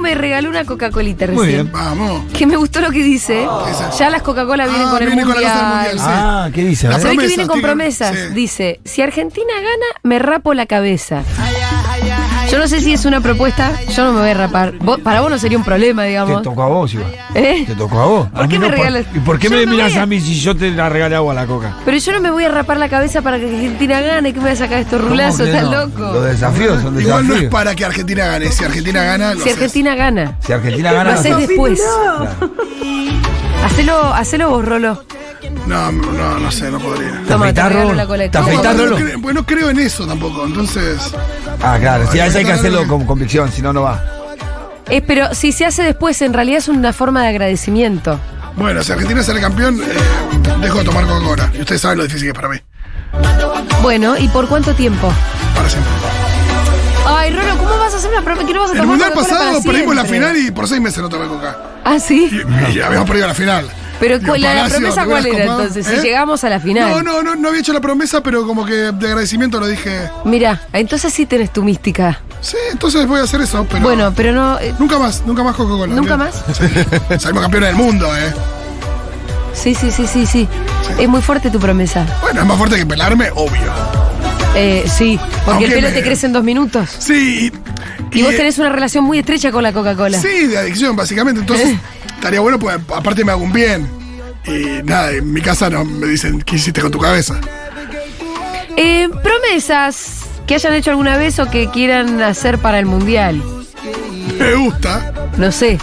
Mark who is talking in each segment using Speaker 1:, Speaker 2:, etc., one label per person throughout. Speaker 1: me regaló una Coca-Colita recién.
Speaker 2: Muy bien.
Speaker 3: Vamos.
Speaker 1: Que me gustó lo que dice.
Speaker 3: Oh. Esa.
Speaker 1: Ya las Coca-Cola vienen
Speaker 3: Ah,
Speaker 1: con el
Speaker 3: viene con la
Speaker 1: mundial.
Speaker 3: cosa del mundial, sí.
Speaker 2: Ah, ¿qué dice? A
Speaker 3: La
Speaker 1: Se
Speaker 2: ver.
Speaker 1: ve que
Speaker 3: Promesas,
Speaker 1: viene con
Speaker 3: tiene-
Speaker 1: promesas.
Speaker 3: sí.
Speaker 1: Dice, si Argentina gana, me rapo la cabeza. Yo no sé si es una propuesta, yo no me voy a rapar. Vos- para vos no sería un problema,
Speaker 2: Te
Speaker 1: digamos.
Speaker 2: tocó a vos, Iván.
Speaker 1: ¿Eh?
Speaker 2: Te tocó a vos. A
Speaker 1: ¿Por qué
Speaker 2: mí
Speaker 1: me
Speaker 2: no,
Speaker 1: regalas?
Speaker 2: ¿Y por qué
Speaker 1: Yo
Speaker 2: me
Speaker 1: no
Speaker 2: miras
Speaker 1: voy a-
Speaker 2: a mí si yo te la regalé a vos la coca?
Speaker 1: Pero yo no me voy a rapar la cabeza para que Argentina gane. ¿Qué me voy a sacar estos rulazos?
Speaker 2: ¿Cómo que
Speaker 1: Estás
Speaker 2: no? Los
Speaker 1: loco.
Speaker 2: desafíos son desafíos.
Speaker 3: Igual no es para que Argentina gane. Si Argentina gana, lo
Speaker 1: Si
Speaker 3: haces.
Speaker 1: Argentina gana,
Speaker 2: Si Argentina
Speaker 1: lo
Speaker 2: gana...
Speaker 1: haces
Speaker 2: no-
Speaker 1: después.
Speaker 2: Claro.
Speaker 1: Hacelo, hacelo vos, Rolo.
Speaker 3: No, no, no sé, no podría.
Speaker 2: ¿Te
Speaker 1: Toma, te
Speaker 2: afeitás,
Speaker 1: regalo
Speaker 2: Rolo?
Speaker 1: la cola.
Speaker 2: ¿Te
Speaker 1: ¿Cómo?
Speaker 2: afeitás,
Speaker 3: no,
Speaker 2: Rolo?
Speaker 3: creo, pues no creo en eso tampoco, entonces.
Speaker 2: Ah, claro. Sí, a veces hay que
Speaker 3: No, no,
Speaker 2: hacerlo
Speaker 3: no.
Speaker 2: con convicción, si no, no va.
Speaker 1: Eh, pero si se hace después, en realidad es una forma de agradecimiento.
Speaker 3: Bueno, si Argentina sale campeón, eh, dejo de tomar Coca-Cola. Y ustedes saben lo difícil que es para mí.
Speaker 1: Bueno, ¿y por cuánto tiempo?
Speaker 3: Para siempre.
Speaker 1: Ay, Rolo, ¿cómo vas a hacer una promesa? ¿Qué no vas a
Speaker 3: El
Speaker 1: tomar
Speaker 3: mundial
Speaker 1: Coca-Cola
Speaker 3: pasado
Speaker 1: para
Speaker 3: perdimos la
Speaker 1: siempre?
Speaker 3: final y por seis meses no tomé Coca.
Speaker 1: Ah,
Speaker 3: Y,
Speaker 1: sí.
Speaker 3: y habíamos perdido la final.
Speaker 1: Pero
Speaker 3: Digo,
Speaker 1: ¿cuál- la, la
Speaker 3: Palacio,
Speaker 1: promesa
Speaker 3: ¿te
Speaker 1: cuál
Speaker 3: acuerdas,
Speaker 1: era
Speaker 3: copado?
Speaker 1: entonces?
Speaker 3: ¿Eh?
Speaker 1: Si llegamos a la final.
Speaker 3: No, no, no, no había hecho la promesa, pero como que de agradecimiento lo dije.
Speaker 1: Mira, entonces sí tenés tu mística.
Speaker 3: Sí, entonces voy a hacer eso, pero.
Speaker 1: Bueno, pero no. eh,
Speaker 3: Nunca más, nunca más Coca-Cola.
Speaker 1: ¿Nunca
Speaker 3: ¿ok?
Speaker 1: más?
Speaker 3: Sí. Salimos campeones del mundo, ¿eh?
Speaker 1: Sí, sí, sí, sí, sí. Es muy fuerte tu promesa.
Speaker 3: Bueno, es más fuerte que pelarme, obvio.
Speaker 1: Eh, sí, porque el
Speaker 3: Aunque
Speaker 1: pelo
Speaker 3: me-
Speaker 1: te crece en dos minutos.
Speaker 3: Sí. eh,
Speaker 1: Y vos tenés una relación muy estrecha con la Coca-Cola.
Speaker 3: Sí, de adicción, básicamente. Entonces, estaría bueno, pues aparte me hago un bien. Y nada, en mi casa no me dicen qué hiciste con tu cabeza.
Speaker 1: Eh, promesas que hayan hecho alguna vez o que quieran hacer para el mundial.
Speaker 3: Me gusta.
Speaker 1: No sé.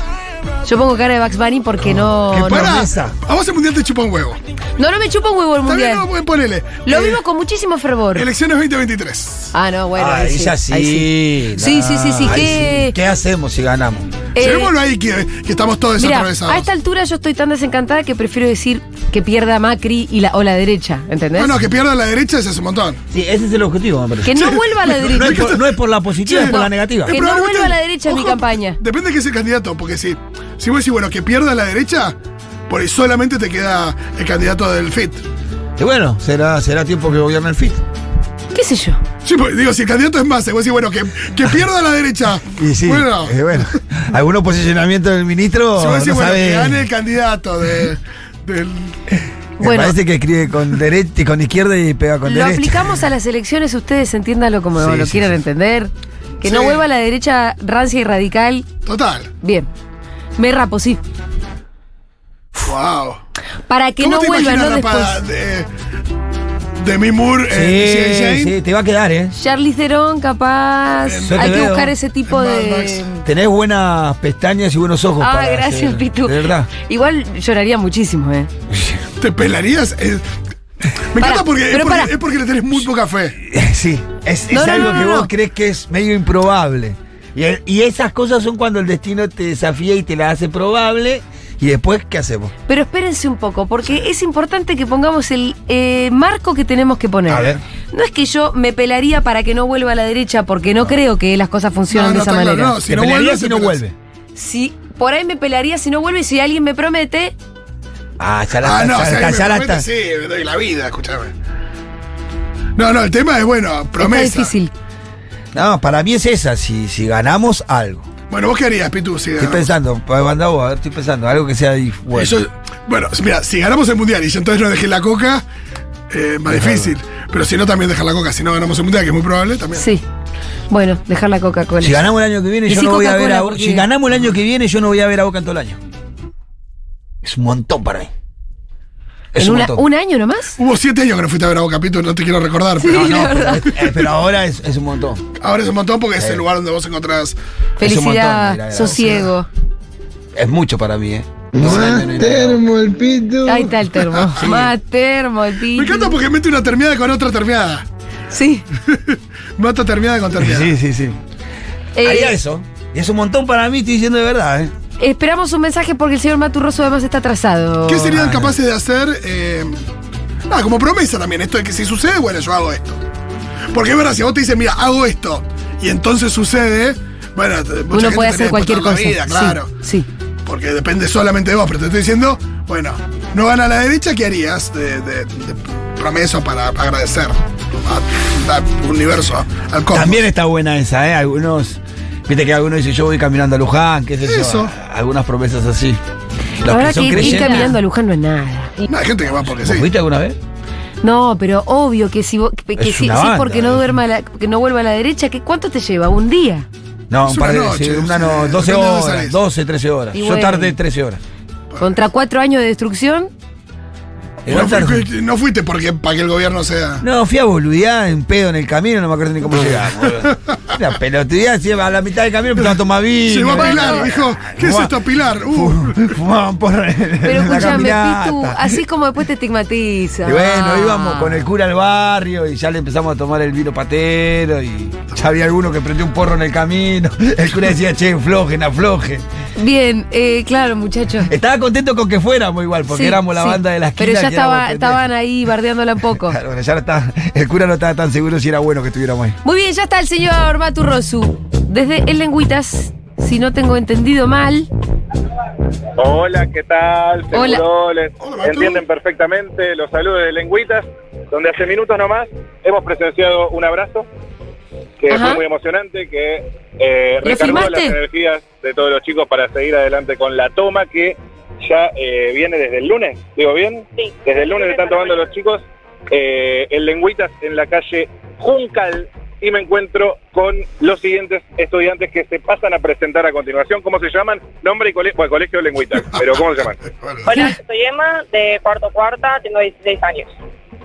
Speaker 1: Yo pongo cara de Bugs Bunny porque no.
Speaker 2: ¿Qué
Speaker 1: no-
Speaker 3: Pará,
Speaker 2: promesa.
Speaker 3: a vos el mundial te chupa un huevo.
Speaker 1: No, no me chupa un huevo el
Speaker 3: Está bien,
Speaker 1: mundial.
Speaker 3: no, bueno, ponele.
Speaker 1: Lo
Speaker 3: Eh,
Speaker 1: mismo con muchísimo fervor.
Speaker 3: Elecciones 2023.
Speaker 1: Ah, no, bueno.
Speaker 2: Ah,
Speaker 1: ahí sí,
Speaker 2: ella sí.
Speaker 1: ahí sí. Sí, sí, sí, sí,
Speaker 2: Ahí
Speaker 1: que-
Speaker 2: sí. ¿Qué hacemos si ganamos?
Speaker 1: Eh,
Speaker 3: Llevémoslo ahí que, que estamos todos
Speaker 1: Mira,
Speaker 3: desatravesados.
Speaker 1: a esta altura yo estoy tan desencantada que prefiero decir que pierda Macri y la, o la derecha, ¿entendés?
Speaker 3: No, no, que pierda la derecha ese es un montón.
Speaker 4: Sí, ese es el objetivo, me parece.
Speaker 1: que no vuelva a la
Speaker 4: No es,
Speaker 1: derecha.
Speaker 4: por, no es por la positiva,
Speaker 3: Sí,
Speaker 4: es por
Speaker 3: no.
Speaker 4: la negativa.
Speaker 1: Que
Speaker 3: Eh,
Speaker 1: no
Speaker 3: probablemente-
Speaker 1: vuelva a la derecha es mi
Speaker 3: Ojo,
Speaker 1: campaña.
Speaker 3: Depende de que sea el candidato, porque si, si vos decís, bueno, que pierda la derecha, por ahí solamente te queda el candidato del FIT.
Speaker 4: Y bueno,
Speaker 2: Será, será tiempo que gobierne el FIT.
Speaker 1: ¿Qué sé yo?
Speaker 3: Sí, pues, digo, si el candidato es más, vos decís, bueno, que, que pierda la derecha.
Speaker 2: Y sí,
Speaker 3: bueno,
Speaker 2: eh, bueno. algunos posicionamientos del ministro
Speaker 3: si vos decís,
Speaker 2: no
Speaker 3: bueno, que
Speaker 2: sabe-
Speaker 3: gane el candidato de, del.
Speaker 2: Me
Speaker 1: Bueno.
Speaker 2: parece que escribe con derecha y con izquierda y pega con
Speaker 1: Lo
Speaker 2: derecha.
Speaker 1: aplicamos a las elecciones, ustedes entiéndanlo como
Speaker 2: Sí,
Speaker 1: lo
Speaker 2: sí,
Speaker 1: quieran
Speaker 2: sí.
Speaker 1: entender. Que no
Speaker 3: Sí.
Speaker 1: vuelva a la derecha rancia y radical.
Speaker 3: Total.
Speaker 1: Bien. Me rapo, sí.
Speaker 3: Wow.
Speaker 1: Para que no vuelva, no
Speaker 3: rapada
Speaker 1: después.
Speaker 3: de, de mi Moore
Speaker 4: sí,
Speaker 3: eh,
Speaker 4: sí, te va a quedar, ¿eh?
Speaker 1: Charlize Theron, capaz.
Speaker 4: Yo te
Speaker 1: Hay que
Speaker 4: veo.
Speaker 1: buscar ese tipo
Speaker 3: En Mad
Speaker 1: de.
Speaker 3: Max.
Speaker 4: Tenés buenas pestañas y buenos ojos.
Speaker 1: Ah,
Speaker 4: para
Speaker 1: gracias,
Speaker 4: hacer-
Speaker 1: Pitu.
Speaker 4: De verdad.
Speaker 1: Igual lloraría muchísimo, ¿eh?
Speaker 3: ¿Te pelarías? Eh, me
Speaker 1: Pará,
Speaker 3: encanta porque, es
Speaker 1: pero
Speaker 3: porque
Speaker 1: pará.
Speaker 3: es porque le tenés muy poca fe.
Speaker 2: sí, es, es
Speaker 1: No, no,
Speaker 2: algo
Speaker 1: no, no,
Speaker 2: que
Speaker 1: no.
Speaker 2: vos crees que es medio improbable. eh,
Speaker 4: Y, y esas cosas son cuando el destino te desafía y te la hace probable.
Speaker 2: Y después, ¿qué hacemos?
Speaker 1: Pero espérense un poco, porque es importante que pongamos el eh, marco que tenemos que poner.
Speaker 2: A ver.
Speaker 1: No es que yo me pelaría para que no vuelva a la derecha, porque no, creo que las cosas funcionen de esa
Speaker 3: está claro,
Speaker 1: manera.
Speaker 3: no, si
Speaker 4: te
Speaker 3: no
Speaker 4: pelearías
Speaker 3: vuelve,
Speaker 4: si no vuelve.
Speaker 1: Si por ahí me pelaría si no vuelve y si alguien me promete,
Speaker 4: Ah, ya la
Speaker 3: Ah, no,
Speaker 4: ya,
Speaker 3: o sea,
Speaker 4: la-
Speaker 3: me
Speaker 4: ya la
Speaker 3: promete,
Speaker 4: está.
Speaker 3: sí, me doy la vida, escúchame. No, no, el tema es, bueno, promesa.
Speaker 1: está difícil.
Speaker 2: No, para mí es esa, si, si ganamos algo.
Speaker 3: Bueno, vos qué harías, Pitu, si
Speaker 2: Estoy
Speaker 3: ganamos?
Speaker 2: pensando, pa- mandá vos, a ver, estoy pensando, algo que sea ahí, bueno.
Speaker 3: Y yo- bueno, mira, si ganamos el mundial y yo entonces no dejé la coca, eh, más difícil. Pero si no, también dejar la coca. Si no ganamos el mundial, que es muy probable, también.
Speaker 1: Sí. Bueno, dejar la Coca-Cola.
Speaker 4: Si ganamos el año que viene,
Speaker 1: Y
Speaker 4: yo
Speaker 1: si
Speaker 4: no voy a ver
Speaker 1: Coca-Cola,
Speaker 4: a Boca.
Speaker 1: porque-
Speaker 4: Si ganamos el año que viene, yo no voy a ver a Boca en todo el año. Es un montón para mí. Es
Speaker 1: ¿En
Speaker 4: un
Speaker 1: una-
Speaker 4: montón.
Speaker 1: un año nomás?
Speaker 3: Hubo siete años que no fuiste a ver a Boca, Pitu, no te quiero recordar.
Speaker 1: Sí,
Speaker 3: Pero
Speaker 1: la
Speaker 3: no,
Speaker 1: verdad.
Speaker 4: Eh, pero ahora es, es un montón.
Speaker 3: ahora es un montón porque es el lugar donde vos encontrás.
Speaker 4: Es un montón,
Speaker 1: Felicidad,
Speaker 4: mira, gracias.
Speaker 1: sosiego.
Speaker 4: Es mucho para mí, ¿eh?
Speaker 1: Ahí está el termo. Más termo, el
Speaker 3: Me
Speaker 1: pitu.
Speaker 3: encanta porque mete una termiada con otra termiada.
Speaker 1: Sí.
Speaker 3: Mata termiada con termiada.
Speaker 2: sí, sí.
Speaker 1: Eh,
Speaker 4: Haría eso. Y es un montón para mí, estoy diciendo de verdad, ¿eh?
Speaker 1: Esperamos un mensaje porque el señor Maturroso además está atrasado.
Speaker 3: ¿Qué serían capaces de hacer? Eh, nada, como promesa también, esto de que si sucede, bueno, yo hago esto. Porque es verdad, si a vos te dicen, mira, hago esto, y entonces sucede, bueno, mucha
Speaker 1: Uno
Speaker 3: gente
Speaker 1: puede
Speaker 3: estaría
Speaker 1: hacer cualquier cosa.
Speaker 3: disputando la vida,
Speaker 1: Sí,
Speaker 3: claro.
Speaker 1: sí.
Speaker 3: Porque depende solamente de vos, pero te estoy diciendo, bueno, no gana la derecha, ¿qué harías de, de- de promesa para agradecer a- al universo, al cosmos?
Speaker 4: También está buena esa, ¿eh? Algunos Viste que alguno dice, yo voy caminando a Luján, qué sé yo,
Speaker 3: Eso.
Speaker 4: a- Algunas promesas así. Los
Speaker 1: La verdad
Speaker 4: que
Speaker 1: que
Speaker 4: son
Speaker 1: ir- ir
Speaker 4: creyentes.
Speaker 1: caminando a Luján no es nada.
Speaker 3: No, hay gente que va porque
Speaker 4: ¿Vos
Speaker 3: sí.
Speaker 4: ¿Fuiste alguna vez?
Speaker 1: No, pero obvio que si vos- que, que
Speaker 4: Es
Speaker 1: si,
Speaker 4: una
Speaker 1: si
Speaker 4: banda,
Speaker 1: porque no
Speaker 4: eh.
Speaker 1: duerma la- que no vuelva a la derecha, ¿qué, ¿cuánto te lleva? ¿Un día?
Speaker 4: No,
Speaker 3: Es
Speaker 4: un par de
Speaker 3: una noche,
Speaker 4: sí, una no,
Speaker 3: sí,
Speaker 4: 12
Speaker 3: depende de dónde
Speaker 4: horas,
Speaker 3: salís.
Speaker 4: 12, 13 horas.
Speaker 1: Y
Speaker 4: Yo
Speaker 1: bueno.
Speaker 4: tardé 13 horas.
Speaker 1: Contra cuatro años de destrucción,
Speaker 4: Igual
Speaker 3: No,
Speaker 4: tardé.
Speaker 3: fui- no fuiste porque para que el gobierno sea.
Speaker 4: No, fui a boludear en pedo en el camino, no me acuerdo ni cómo llegamos. boludo. Una pelotudeada, sí, a la mitad del camino empezaba a tomar vino.
Speaker 3: Llegó a
Speaker 4: Bueno,
Speaker 3: Pilar, dijo, ¿qué es
Speaker 4: fumá-
Speaker 3: esto, Pilar? Uh,
Speaker 4: fu- Fumaban por
Speaker 1: pero escúchame, Pitu,
Speaker 4: así.
Speaker 1: así como después te estigmatiza.
Speaker 4: Y bueno, íbamos con el cura al barrio y ya le empezamos a tomar el vino patero y ya había alguno que prendió un porro en el camino. El cura decía, che, aflojen, aflojen.
Speaker 1: Bien, eh, claro, muchachos.
Speaker 4: Estaba contento con que fuéramos igual, porque
Speaker 1: Sí,
Speaker 4: éramos la
Speaker 1: sí.
Speaker 4: banda de las
Speaker 1: Pero ya estaba, estaban ahí bardeándola un poco.
Speaker 4: ya no estaba- el cura no estaba tan seguro si era bueno que estuviéramos ahí.
Speaker 1: Muy bien, ya está el señor Maturrosu. Desde El Lengüitas, si no tengo entendido mal.
Speaker 5: Hola, ¿qué tal? Seguro
Speaker 1: Hola.
Speaker 5: les
Speaker 3: Hola, Matú.
Speaker 5: entienden perfectamente los saludos de Lengüitas, donde hace minutos nomás hemos presenciado un abrazo que
Speaker 1: Ajá.
Speaker 5: fue muy emocionante, que eh,
Speaker 1: ¿Lo
Speaker 5: recargó
Speaker 1: firmaste?
Speaker 5: las energías de todos los chicos para seguir adelante con la toma que ya eh, viene desde el lunes, ¿digo bien?
Speaker 6: Sí.
Speaker 5: Desde el lunes están tomando los chicos eh, en Lengüitas en la calle Juncal y me encuentro con los siguientes estudiantes que se pasan a presentar a continuación. ¿Cómo se llaman? Nombre y colegio, bueno, colegio Lengüitas, pero ¿cómo se llaman?
Speaker 6: Hola, soy Emma, de cuarto cuarta, tengo 16 años.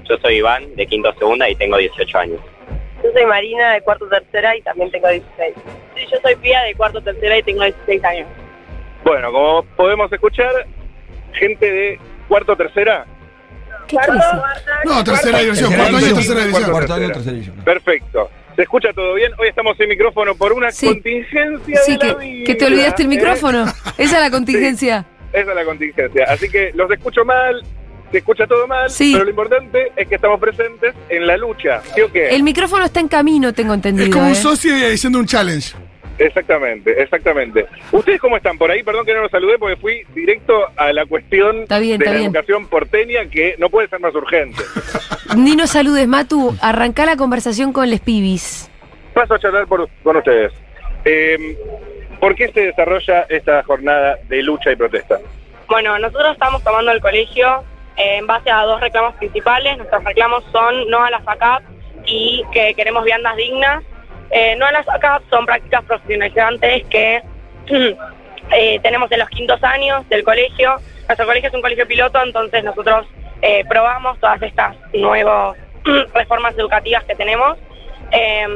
Speaker 7: Yo soy Iván, de quinto segunda y tengo 18 años.
Speaker 6: Yo soy Marina, de cuarto tercera y también tengo 16. Sí, yo soy Pía, de cuarto tercera y tengo 16 años.
Speaker 5: Bueno, como podemos escuchar, gente de cuarto, tercera.
Speaker 1: ¿Qué crees?
Speaker 3: No, tercera división,
Speaker 4: Tercera
Speaker 3: cuarto año,
Speaker 4: división.
Speaker 3: tercera división.
Speaker 4: Cuarto año, tercera división.
Speaker 5: Perfecto. ¿Se escucha todo bien? Hoy estamos sin micrófono por una
Speaker 1: Sí.
Speaker 5: contingencia
Speaker 1: Sí,
Speaker 5: de la
Speaker 1: que,
Speaker 5: vida,
Speaker 1: que te olvidaste el
Speaker 5: ¿eh?
Speaker 1: micrófono. Esa es la contingencia.
Speaker 5: Esa es la contingencia. Así que los escucho mal, se escucha todo mal,
Speaker 1: Sí.
Speaker 5: pero lo importante es que estamos presentes en la lucha. ¿Sí o qué?
Speaker 1: El micrófono está en camino, tengo entendido.
Speaker 3: Es como un
Speaker 1: ¿eh?
Speaker 3: socio diciendo un challenge.
Speaker 5: Exactamente, exactamente. ¿Ustedes cómo están por ahí? Perdón que no los saludé porque fui directo a la cuestión
Speaker 1: Está bien,
Speaker 5: de
Speaker 1: está
Speaker 5: la
Speaker 1: bien.
Speaker 5: educación porteña que no puede ser más urgente.
Speaker 1: Ni nos saludes, Matu. Arrancá la conversación con les pibis.
Speaker 5: Paso a charlar por- con ustedes. Eh, ¿Por qué se desarrolla esta jornada de lucha y protesta?
Speaker 6: Bueno, nosotros estamos tomando el colegio eh, en base a dos reclamos principales. Nuestros reclamos son no a las ACAP y que queremos viandas dignas. Eh, no a las ACAP son prácticas profesionalizantes que eh, tenemos en los quintos años del colegio. Nuestro colegio es un colegio piloto, entonces nosotros eh, probamos todas estas nuevas reformas educativas que tenemos, eh,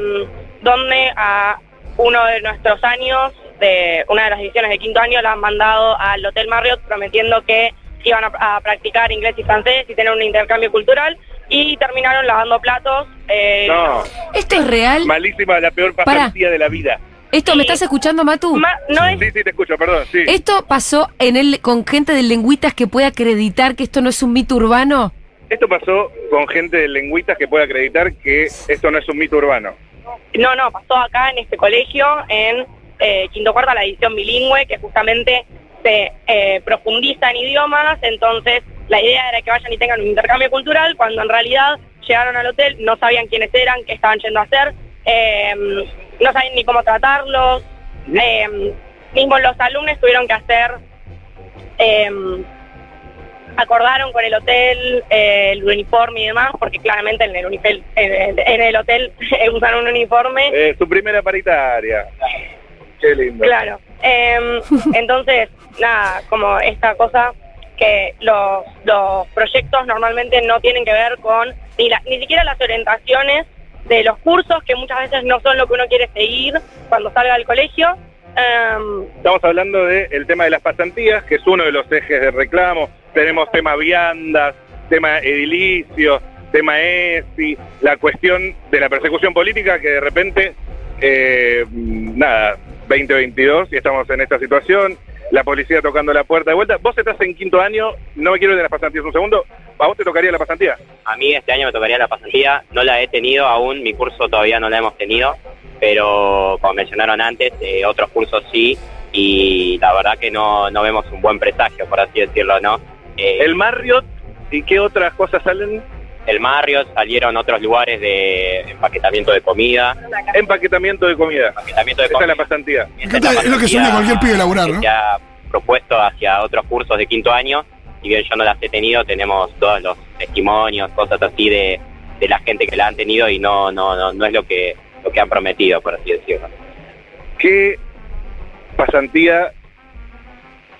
Speaker 6: donde a uno de nuestros años, de una de las divisiones de quinto año, la han mandado al Hotel Marriott prometiendo que iban a, a practicar inglés y francés y tener un intercambio cultural y terminaron lavando platos. eh,
Speaker 5: No,
Speaker 1: ¿Esto es real?
Speaker 5: malísima, la peor pasantía de la vida.
Speaker 1: ¿Esto me estás escuchando, Matu?
Speaker 6: ma- no es
Speaker 5: Sí, sí, te escucho, perdón, sí.
Speaker 1: ¿Esto pasó en el, con gente de lengüitas que puede acreditar que esto no es un mito urbano?
Speaker 5: Esto pasó con gente de lengüitas que puede acreditar que esto no es un mito urbano.
Speaker 6: No, no, pasó acá en este colegio, en eh, quinto cuarta, la edición bilingüe, que justamente se eh, profundiza en idiomas, entonces la idea era que vayan y tengan un intercambio cultural, cuando en realidad llegaron al hotel, no sabían quiénes eran, qué estaban yendo a hacer, eh, no sabían ni cómo tratarlos, eh, mismo los alumnos tuvieron que hacer, eh, acordaron con el hotel eh, el uniforme y demás, porque claramente en el, unifel- en el- en el hotel usan un uniforme.
Speaker 5: Eh, su primera paritaria. Qué lindo.
Speaker 6: Claro. Em, entonces, nada, como esta cosa que los, los proyectos normalmente no tienen que ver con ni, la- ni siquiera las orientaciones de los cursos, que muchas veces no son lo que uno quiere seguir cuando salga del colegio. Em,
Speaker 5: Estamos hablando del tema de las pasantías, que es uno de los ejes de reclamo. Tenemos tema viandas, tema edilicio, tema ESI, la cuestión de la persecución política que de repente, eh, nada, 2022 y estamos en esta situación, la policía tocando la puerta de vuelta. Vos estás en quinto año, no me quiero ir de las pasantías un segundo, ¿a vos te tocaría la pasantía?
Speaker 7: A mí este año me tocaría la pasantía, no la he tenido aún, mi curso todavía no la hemos tenido, pero como mencionaron antes, eh, otros cursos sí, y la verdad que no, no vemos un buen presagio, por así decirlo, ¿no? Eh,
Speaker 5: El Marriott y qué otras cosas salen
Speaker 7: el Marriott, salieron otros lugares de empaquetamiento de comida.
Speaker 5: Empaquetamiento de comida.
Speaker 7: Empaquetamiento de
Speaker 5: Esa es
Speaker 7: comida.
Speaker 5: la pasantía.
Speaker 7: Esa
Speaker 3: Encanta,
Speaker 7: la
Speaker 3: es lo que sueña
Speaker 7: pasantía
Speaker 3: cualquier pibe laburar,
Speaker 7: que
Speaker 3: ¿no?
Speaker 7: Se ha propuesto hacia otros cursos de quinto año. Si bien yo no las he tenido, tenemos todos los testimonios, cosas así de, de la gente que la han tenido y no, no, no, no es lo que, lo que han prometido, por así decirlo.
Speaker 5: Qué pasantía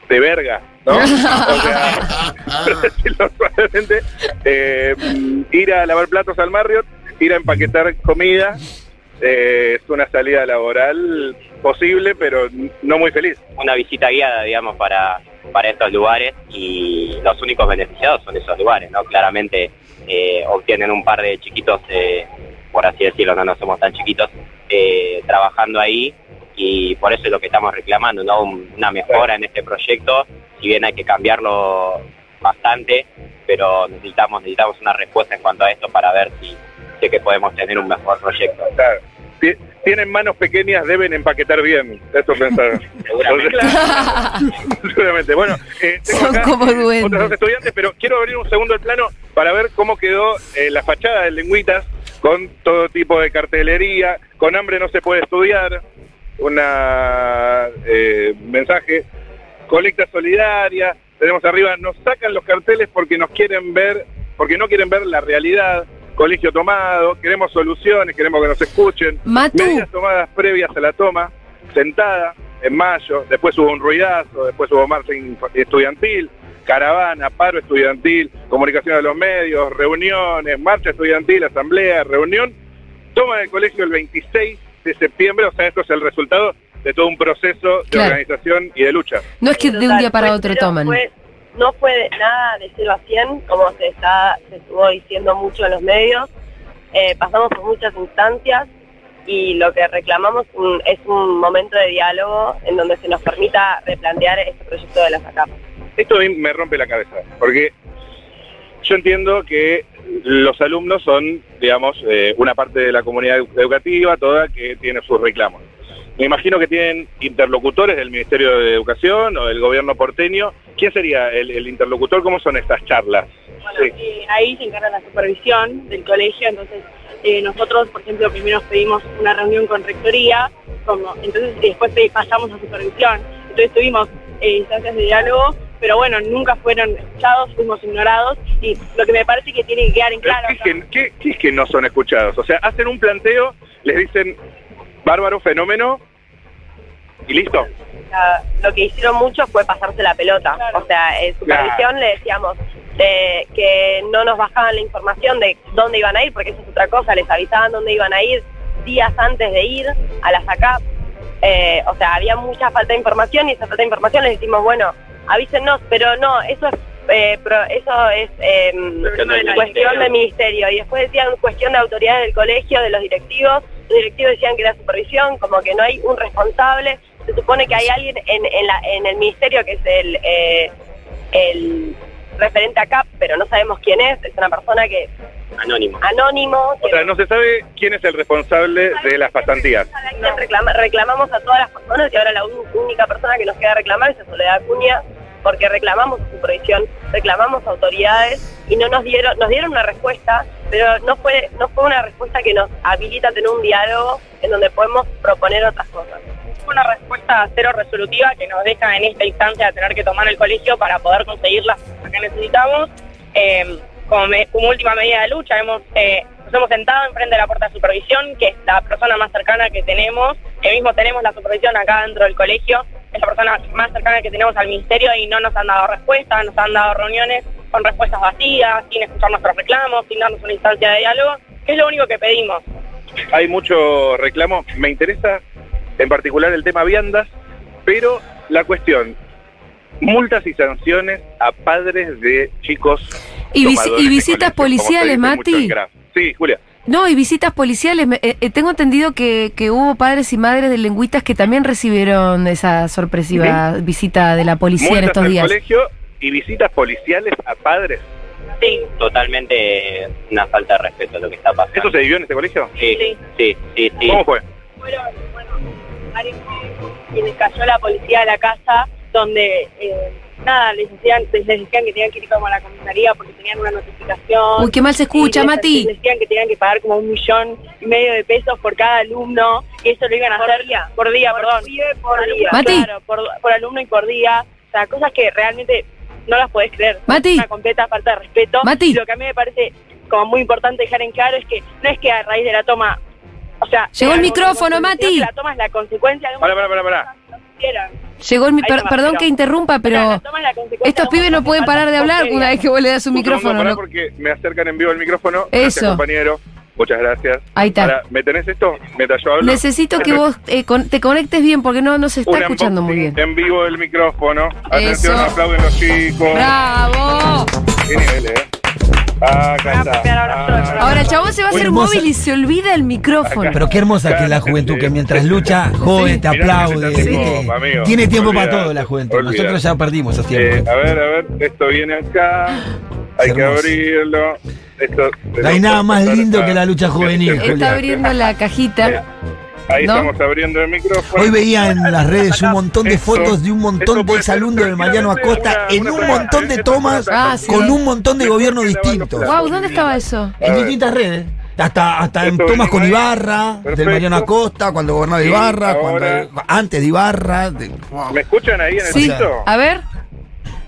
Speaker 5: de verga, ¿no? O sea, por decirlo suavemente, eh, ir a lavar platos al Marriott, ir a empaquetar comida, eh, es una salida laboral posible, pero no muy feliz.
Speaker 7: Una visita guiada, digamos, para, para estos lugares y los únicos beneficiados son esos lugares, ¿no? Claramente eh, obtienen un par de chiquitos, eh, por así decirlo, no, no somos tan chiquitos, eh, trabajando ahí y por eso es lo que estamos reclamando, ¿no? Un- Una mejora en este proyecto, si bien hay que cambiarlo bastante, pero necesitamos, necesitamos una respuesta en cuanto a esto para ver si, si es que podemos tener un mejor proyecto.
Speaker 5: Claro. Ti- Tienen manos pequeñas, deben empaquetar bien. Eso pensaron.
Speaker 7: Seguramente.
Speaker 5: Seguramente. Bueno, eh, tengo
Speaker 1: Son
Speaker 5: acá,
Speaker 1: como
Speaker 5: eh,
Speaker 1: duendes.
Speaker 5: otros dos estudiantes, pero quiero abrir un segundo el plano para ver cómo quedó eh, la fachada de Lengüitas con todo tipo de cartelería. Con hambre no se puede estudiar. Una eh, mensaje. Colecta solidaria. Tenemos arriba, nos sacan los carteles porque nos quieren ver, porque no quieren ver la realidad. Colegio tomado, queremos soluciones, queremos que nos escuchen.
Speaker 1: Matu.
Speaker 5: Medidas tomadas previas a la toma, sentada, en mayo, después hubo un ruidazo, después hubo marcha inf- estudiantil, caravana, paro estudiantil, comunicación de los medios, reuniones, marcha estudiantil, asamblea, reunión, toma del colegio el 26 de septiembre, o sea, esto es el resultado de todo un proceso de
Speaker 1: Claro.
Speaker 5: organización y de lucha.
Speaker 1: No es que de un
Speaker 6: Total,
Speaker 1: día para
Speaker 6: fue
Speaker 1: otro
Speaker 6: cero,
Speaker 1: toman.
Speaker 6: fue- no fue de nada de 0 a 100, como se, está, se estuvo diciendo mucho en los medios. Eh, pasamos por muchas instancias y lo que reclamamos mm, es un momento de diálogo en donde se nos permita replantear este proyecto de las ACAP.
Speaker 5: Esto a mí me rompe la cabeza, porque yo entiendo que los alumnos son, digamos, eh, una parte de la comunidad edu- educativa, toda que tiene sus reclamos. Me imagino que tienen interlocutores del Ministerio de Educación o del gobierno porteño. ¿Quién sería el, el interlocutor? ¿Cómo son estas charlas?
Speaker 6: Bueno, eh, ahí se encarga la supervisión del colegio, entonces eh, nosotros, por ejemplo, primero pedimos una reunión con rectoría, como, entonces y después pe- pasamos a supervisión, entonces tuvimos eh, instancias de diálogo, pero bueno, nunca fueron escuchados, fuimos ignorados y lo que me parece que tiene que quedar en
Speaker 5: Pero
Speaker 6: claro...
Speaker 5: ¿qué es que- qué- qué es que no son escuchados? O sea, hacen un planteo, les dicen, bárbaro, fenómeno, y listo.
Speaker 6: sea, lo que hicieron mucho fue pasarse la pelota. O sea, en supervisión le decíamos eh, que no nos bajaban la información de dónde iban a ir, porque eso es otra cosa, les avisaban dónde iban a ir días antes de ir a las ACAP. Eh, o sea, había mucha falta de información y esa falta de información les decimos, bueno, avísenos, pero no, eso es... eh, pro- eso es eh,
Speaker 7: Cuestión del
Speaker 6: cuestión
Speaker 7: ministerio.
Speaker 6: del ministerio y después decían cuestión de autoridades del colegio, de los directivos, los directivos decían que era supervisión, como que no hay un responsable, se supone que hay alguien en, en la- en el ministerio que es el, eh, el referente acá, pero no sabemos quién es, es una persona que
Speaker 7: Anónimo.
Speaker 6: anónimo,
Speaker 5: O
Speaker 6: que
Speaker 5: sea, no se sabe quién es el responsable de las pasantías.
Speaker 6: a la que reclama- reclamamos a todas las personas y ahora la un- única persona que nos queda reclamar es a Soledad Acuña porque reclamamos su provisión, reclamamos a autoridades y no nos dieron, nos dieron una respuesta, pero no fue, no fue una respuesta que nos habilita a tener un diálogo en donde podemos proponer otras cosas. Fue una respuesta cero resolutiva que nos deja en esta instancia tener que tomar el colegio para poder conseguir las cosas que necesitamos. Eh, como, me- como última medida de lucha, hemos, eh, nos hemos sentado enfrente de la puerta de supervisión, que es la persona más cercana que tenemos. Que mismo tenemos la supervisión acá dentro del colegio, es la persona más cercana que tenemos al ministerio y no nos han dado respuesta, nos han dado reuniones con respuestas vacías, sin escuchar nuestros reclamos, sin darnos una instancia de diálogo, que es lo único que pedimos.
Speaker 5: Hay mucho reclamo. Me interesa en particular el tema viandas, pero la cuestión, multas y sanciones a padres de chicos.
Speaker 1: Y, visi-
Speaker 5: tomadores
Speaker 1: y
Speaker 5: de
Speaker 1: visitas
Speaker 5: colegio, como se dice
Speaker 1: policiales,
Speaker 5: mucho en
Speaker 1: Mati.
Speaker 5: Graf. Sí, Julia.
Speaker 1: No, y visitas policiales. Me- eh, eh, tengo entendido que, que hubo padres y madres de lengüitas que también recibieron esa sorpresiva visita de la policía en
Speaker 5: multas
Speaker 1: estos
Speaker 5: al
Speaker 1: días.
Speaker 5: colegio y visitas policiales a padres.
Speaker 6: Sí,
Speaker 7: Totalmente eh, una falta de respeto lo que está pasando.
Speaker 5: ¿Eso se vivió en este colegio?
Speaker 7: Sí, sí, sí, sí.
Speaker 5: ¿Cómo fue?
Speaker 6: fueron, bueno, varios quienes cayó la policía de la casa, donde eh, nada, les decían, les decían que tenían que ir como a la comisaría porque tenían una notificación.
Speaker 1: Uy, qué mal se escucha,
Speaker 6: Y les-
Speaker 1: Mati.
Speaker 6: les decían que tenían que pagar como un millón y medio de pesos por cada alumno, y eso lo iban a hacer día. por día, perdón. por día.
Speaker 1: Mati.
Speaker 6: Claro, por, por alumno y por día. O sea, cosas que realmente no las podés creer.
Speaker 1: Mati.
Speaker 6: Una completa falta de respeto.
Speaker 1: Mati.
Speaker 6: Y Lo que a mí me parece como muy importante dejar en claro es que no es que a raíz de la toma. O sea,
Speaker 1: Llegó el
Speaker 6: de la
Speaker 1: micrófono,
Speaker 6: consecuencia,
Speaker 1: Mati.
Speaker 6: sino que La toma es la consecuencia de un.
Speaker 5: Pará, pará, pará, pará.
Speaker 6: Hicieron.
Speaker 1: Llegó el mi-
Speaker 6: Ahí
Speaker 1: per-
Speaker 6: nomás,
Speaker 1: perdón
Speaker 6: pero-
Speaker 1: que interrumpa, pero
Speaker 6: La toma es la consecuencia
Speaker 1: estos
Speaker 6: de un
Speaker 1: pibes no
Speaker 6: montón de
Speaker 1: pueden parar de
Speaker 6: faltas
Speaker 1: hablar
Speaker 6: posteriores.
Speaker 1: una vez que vos le das un micrófono.
Speaker 5: Pará
Speaker 1: ¿no?
Speaker 5: porque me acercan en vivo el micrófono. Gracias,
Speaker 1: Eso.
Speaker 5: compañero. Muchas gracias.
Speaker 1: Ahí está.
Speaker 5: Pará, ¿Me tenés esto? Mientras yo hablo.
Speaker 1: Necesito que vos eh, con- te conectes bien porque no, no se
Speaker 5: Un
Speaker 1: está escuchando muy
Speaker 5: unboxing
Speaker 1: bien.
Speaker 5: En vivo del micrófono. Atención,
Speaker 1: Eso.
Speaker 5: aplauden los chicos.
Speaker 1: ¡Bravo!
Speaker 5: Qué nivel, eh. Acá está.
Speaker 6: pero ahora yo,
Speaker 5: Ah,
Speaker 1: Ahora, el chabón se va a
Speaker 2: Qué
Speaker 1: hacer
Speaker 2: hermosa.
Speaker 1: móvil y se olvida el micrófono.
Speaker 2: Pero qué hermosa que es la juventud, que mientras lucha, jode, te
Speaker 5: Mirá que
Speaker 2: aplaude.
Speaker 5: necesitas tiempo,
Speaker 2: ¿viste?
Speaker 5: amigo.
Speaker 2: Tiene tiempo para
Speaker 5: Olvidate,
Speaker 2: todo la juventud.
Speaker 5: olvidate.
Speaker 2: Nosotros ya perdimos hace
Speaker 5: Eh,
Speaker 2: tiempo.
Speaker 5: a ver, a ver, esto viene acá. Hay que
Speaker 2: Hermoso.
Speaker 5: abrirlo. Esto,
Speaker 2: No hay nada más lindo que la lucha juvenil,
Speaker 1: Está
Speaker 2: Julián.
Speaker 1: abriendo la
Speaker 5: Eh,
Speaker 1: cajita.
Speaker 5: Ahí
Speaker 1: ¿No?
Speaker 5: estamos abriendo el micrófono.
Speaker 2: Hoy veía en las redes un montón de
Speaker 5: Eso-
Speaker 2: fotos de un
Speaker 5: eso
Speaker 2: montón de
Speaker 5: puede ser
Speaker 2: exalumnos del Mariano
Speaker 5: tranquilamente
Speaker 2: Acosta
Speaker 5: una-
Speaker 2: en
Speaker 5: una
Speaker 2: un
Speaker 5: frase,
Speaker 2: montón de
Speaker 5: esa
Speaker 2: tomas
Speaker 5: frase.
Speaker 1: Ah, sí.
Speaker 2: con un montón de gobiernos
Speaker 5: Mejor que lavar los
Speaker 2: distintos.
Speaker 5: platos.
Speaker 1: Wow, ¿dónde estaba eso?
Speaker 5: A
Speaker 2: En
Speaker 5: ver.
Speaker 2: distintas redes. Hasta, hasta en
Speaker 5: Esto
Speaker 2: tomas
Speaker 5: venimos
Speaker 2: con
Speaker 5: ahí.
Speaker 2: Ibarra, del
Speaker 5: Perfecto.
Speaker 2: Mariano Acosta, cuando gobernaba
Speaker 5: Sí,
Speaker 2: Ibarra,
Speaker 5: ahora-
Speaker 2: cuando, antes de Ibarra. de-
Speaker 3: Wow.
Speaker 5: ¿Me escuchan ahí en el
Speaker 1: Sí.
Speaker 5: piso?
Speaker 1: A ver.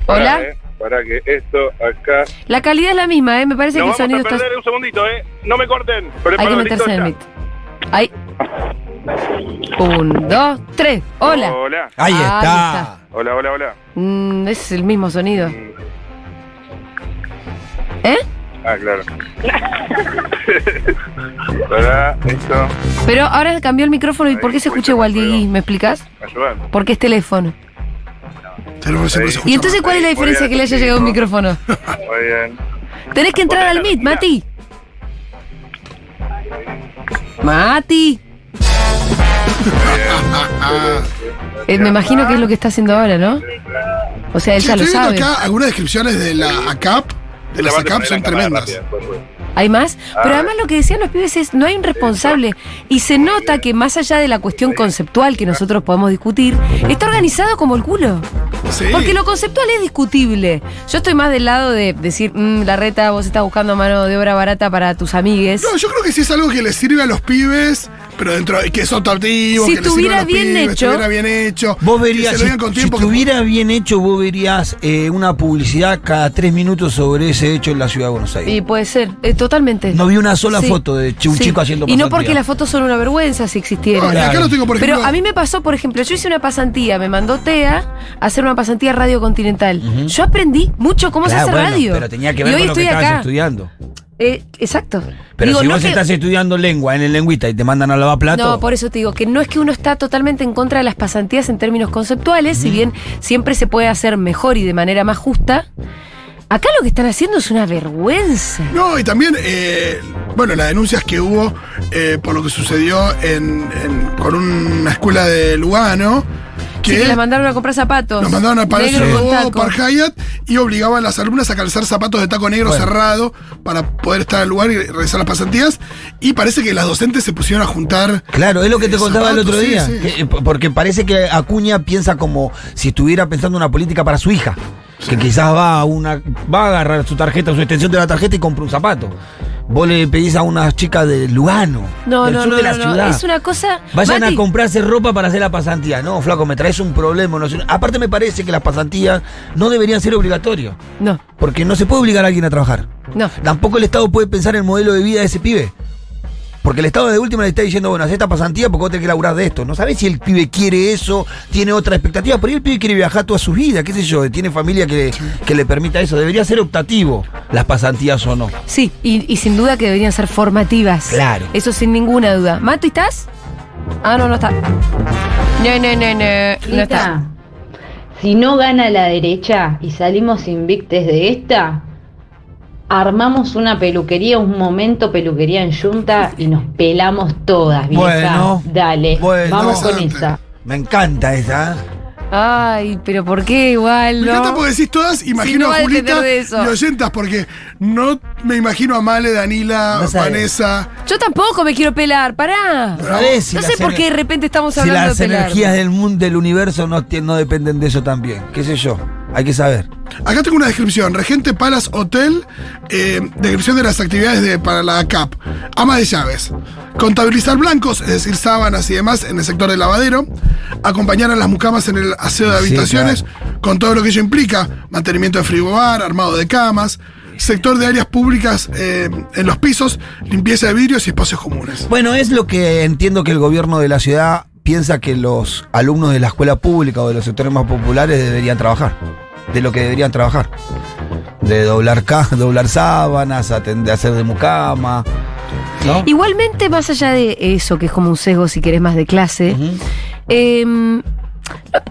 Speaker 5: Pará,
Speaker 1: Hola.
Speaker 5: eh, Pará que esto acá.
Speaker 1: La calidad es la misma, ¿eh? Me parece
Speaker 5: Nos
Speaker 1: que el
Speaker 5: vamos
Speaker 1: sonido
Speaker 5: a
Speaker 1: está.
Speaker 5: perder un segundito, ¿eh? No me corten.
Speaker 1: Hay que meterse en el micro. Ahí. Un, dos, tres. Hola.
Speaker 5: Hola.
Speaker 2: Ahí,
Speaker 1: Ahí
Speaker 2: está.
Speaker 1: está.
Speaker 5: Hola, hola, hola.
Speaker 1: Mm, es el mismo sonido.
Speaker 5: Mm,
Speaker 1: ¿Eh?
Speaker 5: Ah, claro. Pará, esto.
Speaker 1: Pero ahora cambió el micrófono y ¿por qué se escucha igual, Diegui? ¿Me explicas?
Speaker 5: Ayudame.
Speaker 1: Porque es este teléfono.
Speaker 3: Pero no se puede escuchar
Speaker 1: ¿Y entonces
Speaker 3: más.
Speaker 1: cuál es la diferencia que le haya llegado un micrófono?
Speaker 5: Muy bien.
Speaker 1: Tenés que entrar al Meet, Mati. Mati. Eh, me imagino que es lo que está haciendo ahora, ¿no? O sea,
Speaker 3: Che,
Speaker 1: ella
Speaker 3: estoy
Speaker 1: lo sabe.
Speaker 3: viendo acá algunas descripciones de la ACAP, de las ACAP son tremendas.
Speaker 5: pues.
Speaker 1: Hay más. Pero
Speaker 3: Ah.
Speaker 1: además lo que decían los pibes es, no hay un responsable. Y se nota que más allá de la cuestión conceptual que nosotros podemos discutir, está organizado como el culo.
Speaker 3: Sí.
Speaker 1: Porque lo conceptual es discutible. Yo estoy más del lado de decir, "Mm, la reta, vos estás buscando mano de obra barata para tus amigues.
Speaker 3: No, yo creo que sí es algo que les sirve a los pibes, pero dentro de- que son tortivos,
Speaker 1: Si
Speaker 3: que les sirve
Speaker 1: estuviera
Speaker 3: a los
Speaker 1: bien
Speaker 3: pibes,
Speaker 1: hecho-
Speaker 3: estuviera bien hecho,
Speaker 2: Vos
Speaker 3: que
Speaker 2: verías,
Speaker 3: se lo
Speaker 2: si,
Speaker 3: digan con
Speaker 2: si
Speaker 3: tiempo, que-
Speaker 2: estuviera bien hecho, vos verías eh, una publicidad cada tres minutos sobre ese hecho en la ciudad de Buenos
Speaker 1: Y
Speaker 2: Aires.
Speaker 1: puede ser, eh, totalmente.
Speaker 2: No vi una sola
Speaker 1: Sí,
Speaker 2: foto de ch- un
Speaker 1: sí.
Speaker 2: chico haciendo
Speaker 1: Y no
Speaker 2: pasantía.
Speaker 1: porque las fotos son una vergüenza si
Speaker 3: No,
Speaker 1: existieran.
Speaker 3: y acá
Speaker 2: Claro.
Speaker 3: lo tengo, por ejemplo.
Speaker 1: Pero a mí me pasó, por ejemplo, yo hice una pasantía, me mandó TEA a hacer una pasantía a Radio Continental. Yo aprendí mucho cómo
Speaker 2: Claro,
Speaker 1: se hace
Speaker 2: Ah, bueno,
Speaker 1: radio.
Speaker 2: Pero tenía que
Speaker 1: y
Speaker 2: ver
Speaker 1: hoy
Speaker 2: con lo que
Speaker 1: estoy
Speaker 2: estabas
Speaker 1: acá.
Speaker 2: estudiando.
Speaker 1: Eh, exacto.
Speaker 2: Pero
Speaker 1: Digo,
Speaker 2: si
Speaker 1: no
Speaker 2: vos
Speaker 1: que-
Speaker 2: estás estudiando lengua en el lengüista y te mandan a lavar plato.
Speaker 1: No, por eso te digo que no es que uno está totalmente en contra de las pasantías en términos conceptuales, si bien siempre se puede hacer mejor y de manera más justa. Acá lo que están haciendo es una vergüenza.
Speaker 3: No, y también, eh, bueno, las denuncias que hubo eh, por lo que sucedió en, en- con una escuela de Lugano,
Speaker 1: Sí,
Speaker 3: que
Speaker 1: que las mandaron a comprar zapatos.
Speaker 3: nos mandaban a Palacio
Speaker 1: Negro
Speaker 3: de
Speaker 1: con
Speaker 3: Bobo,
Speaker 1: taco.
Speaker 3: Park Hyatt, y obligaban a las alumnas a calzar zapatos de taco negro
Speaker 2: Bueno.
Speaker 3: cerrado para poder estar al lugar y realizar las pasantías. Y parece que las docentes se pusieron a juntar.
Speaker 2: Claro, es lo que te
Speaker 3: eh,
Speaker 2: contaba el
Speaker 3: zapatos,
Speaker 2: otro
Speaker 3: sí,
Speaker 2: día.
Speaker 3: sí.
Speaker 2: Que, eh, p- Porque parece que Acuña piensa como si estuviera pensando una política para su hija. Que quizás va a una. va a agarrar su tarjeta, su extensión de la tarjeta y compra un zapato. Vos le pedís a una chica de Lugano,
Speaker 1: No,
Speaker 2: del
Speaker 1: no,
Speaker 2: sur
Speaker 1: no,
Speaker 2: de la
Speaker 1: no, no,
Speaker 2: ciudad.
Speaker 1: Es una cosa.
Speaker 2: Vayan
Speaker 1: Mati,
Speaker 2: a comprarse ropa para hacer la pasantía. No, flaco, me traes un problema. no sé- Aparte me parece que las pasantías no deberían ser obligatorias.
Speaker 1: No,
Speaker 2: Porque no se puede obligar a alguien a trabajar.
Speaker 1: no.
Speaker 2: Tampoco el Estado puede pensar en el modelo de vida de ese pibe. Porque el Estado de última le está diciendo, bueno, haz esta pasantía porque vos tenés que laburar de esto. No sabés si el pibe quiere eso, tiene otra expectativa. Por ahí el pibe quiere viajar toda su vida, qué sé yo, tiene familia que, que le permita eso. Debería ser optativo las pasantías o no.
Speaker 1: Sí, y, y sin duda que deberían ser formativas.
Speaker 2: Claro.
Speaker 1: Eso sin ninguna duda. Mato, ¿estás? Ah, no, no está. No, no, no, no. No está.
Speaker 8: Rita, si no gana la derecha y salimos invictes de esta, armamos una peluquería, un momento peluquería en Junta y nos pelamos todas, vieja.
Speaker 2: Bueno,
Speaker 8: Dale,
Speaker 2: bueno.
Speaker 8: vamos con
Speaker 3: Interesante.
Speaker 8: esa.
Speaker 2: Me encanta esa. ¿eh?
Speaker 1: Ay, pero ¿por qué igual?
Speaker 3: Me
Speaker 1: no?
Speaker 3: encanta porque decís todas, imagino
Speaker 1: no va
Speaker 3: a
Speaker 1: a
Speaker 3: Julita
Speaker 1: depender de eso.
Speaker 3: y oyentas, porque no me imagino a Male, Danila,
Speaker 2: No sabes.
Speaker 3: Vanessa.
Speaker 1: Yo tampoco me quiero pelar, pará.
Speaker 2: ¿Sabés si
Speaker 1: no
Speaker 2: las
Speaker 1: sé por
Speaker 2: ener-
Speaker 1: qué de repente estamos
Speaker 2: si
Speaker 1: hablando
Speaker 2: las
Speaker 1: de pelar.
Speaker 2: energías del mundo, del universo no, tie- no dependen de eso también, qué sé yo. Hay que saber.
Speaker 3: Acá tengo una descripción. Regente Palace Hotel, eh, descripción de las actividades de, para la CAP. Ama de llaves. Contabilizar blancos, es decir, sábanas y demás, en el sector del lavadero. Acompañar a las mucamas en el aseo de
Speaker 2: Sí,
Speaker 3: habitaciones, con todo lo que ello implica. Mantenimiento de frigobar, armado de camas. Sector de áreas públicas eh, en los pisos, limpieza de vidrios y espacios comunes.
Speaker 2: Bueno, es lo que entiendo que el gobierno de la ciudad piensa que los alumnos de la escuela pública o de los sectores más populares deberían trabajar. De lo que deberían trabajar. De doblar, ca- doblar sábanas, atender, hacer de mucama. ¿no?
Speaker 1: Igualmente, más allá de eso, que es como un sesgo si querés más de clase, em,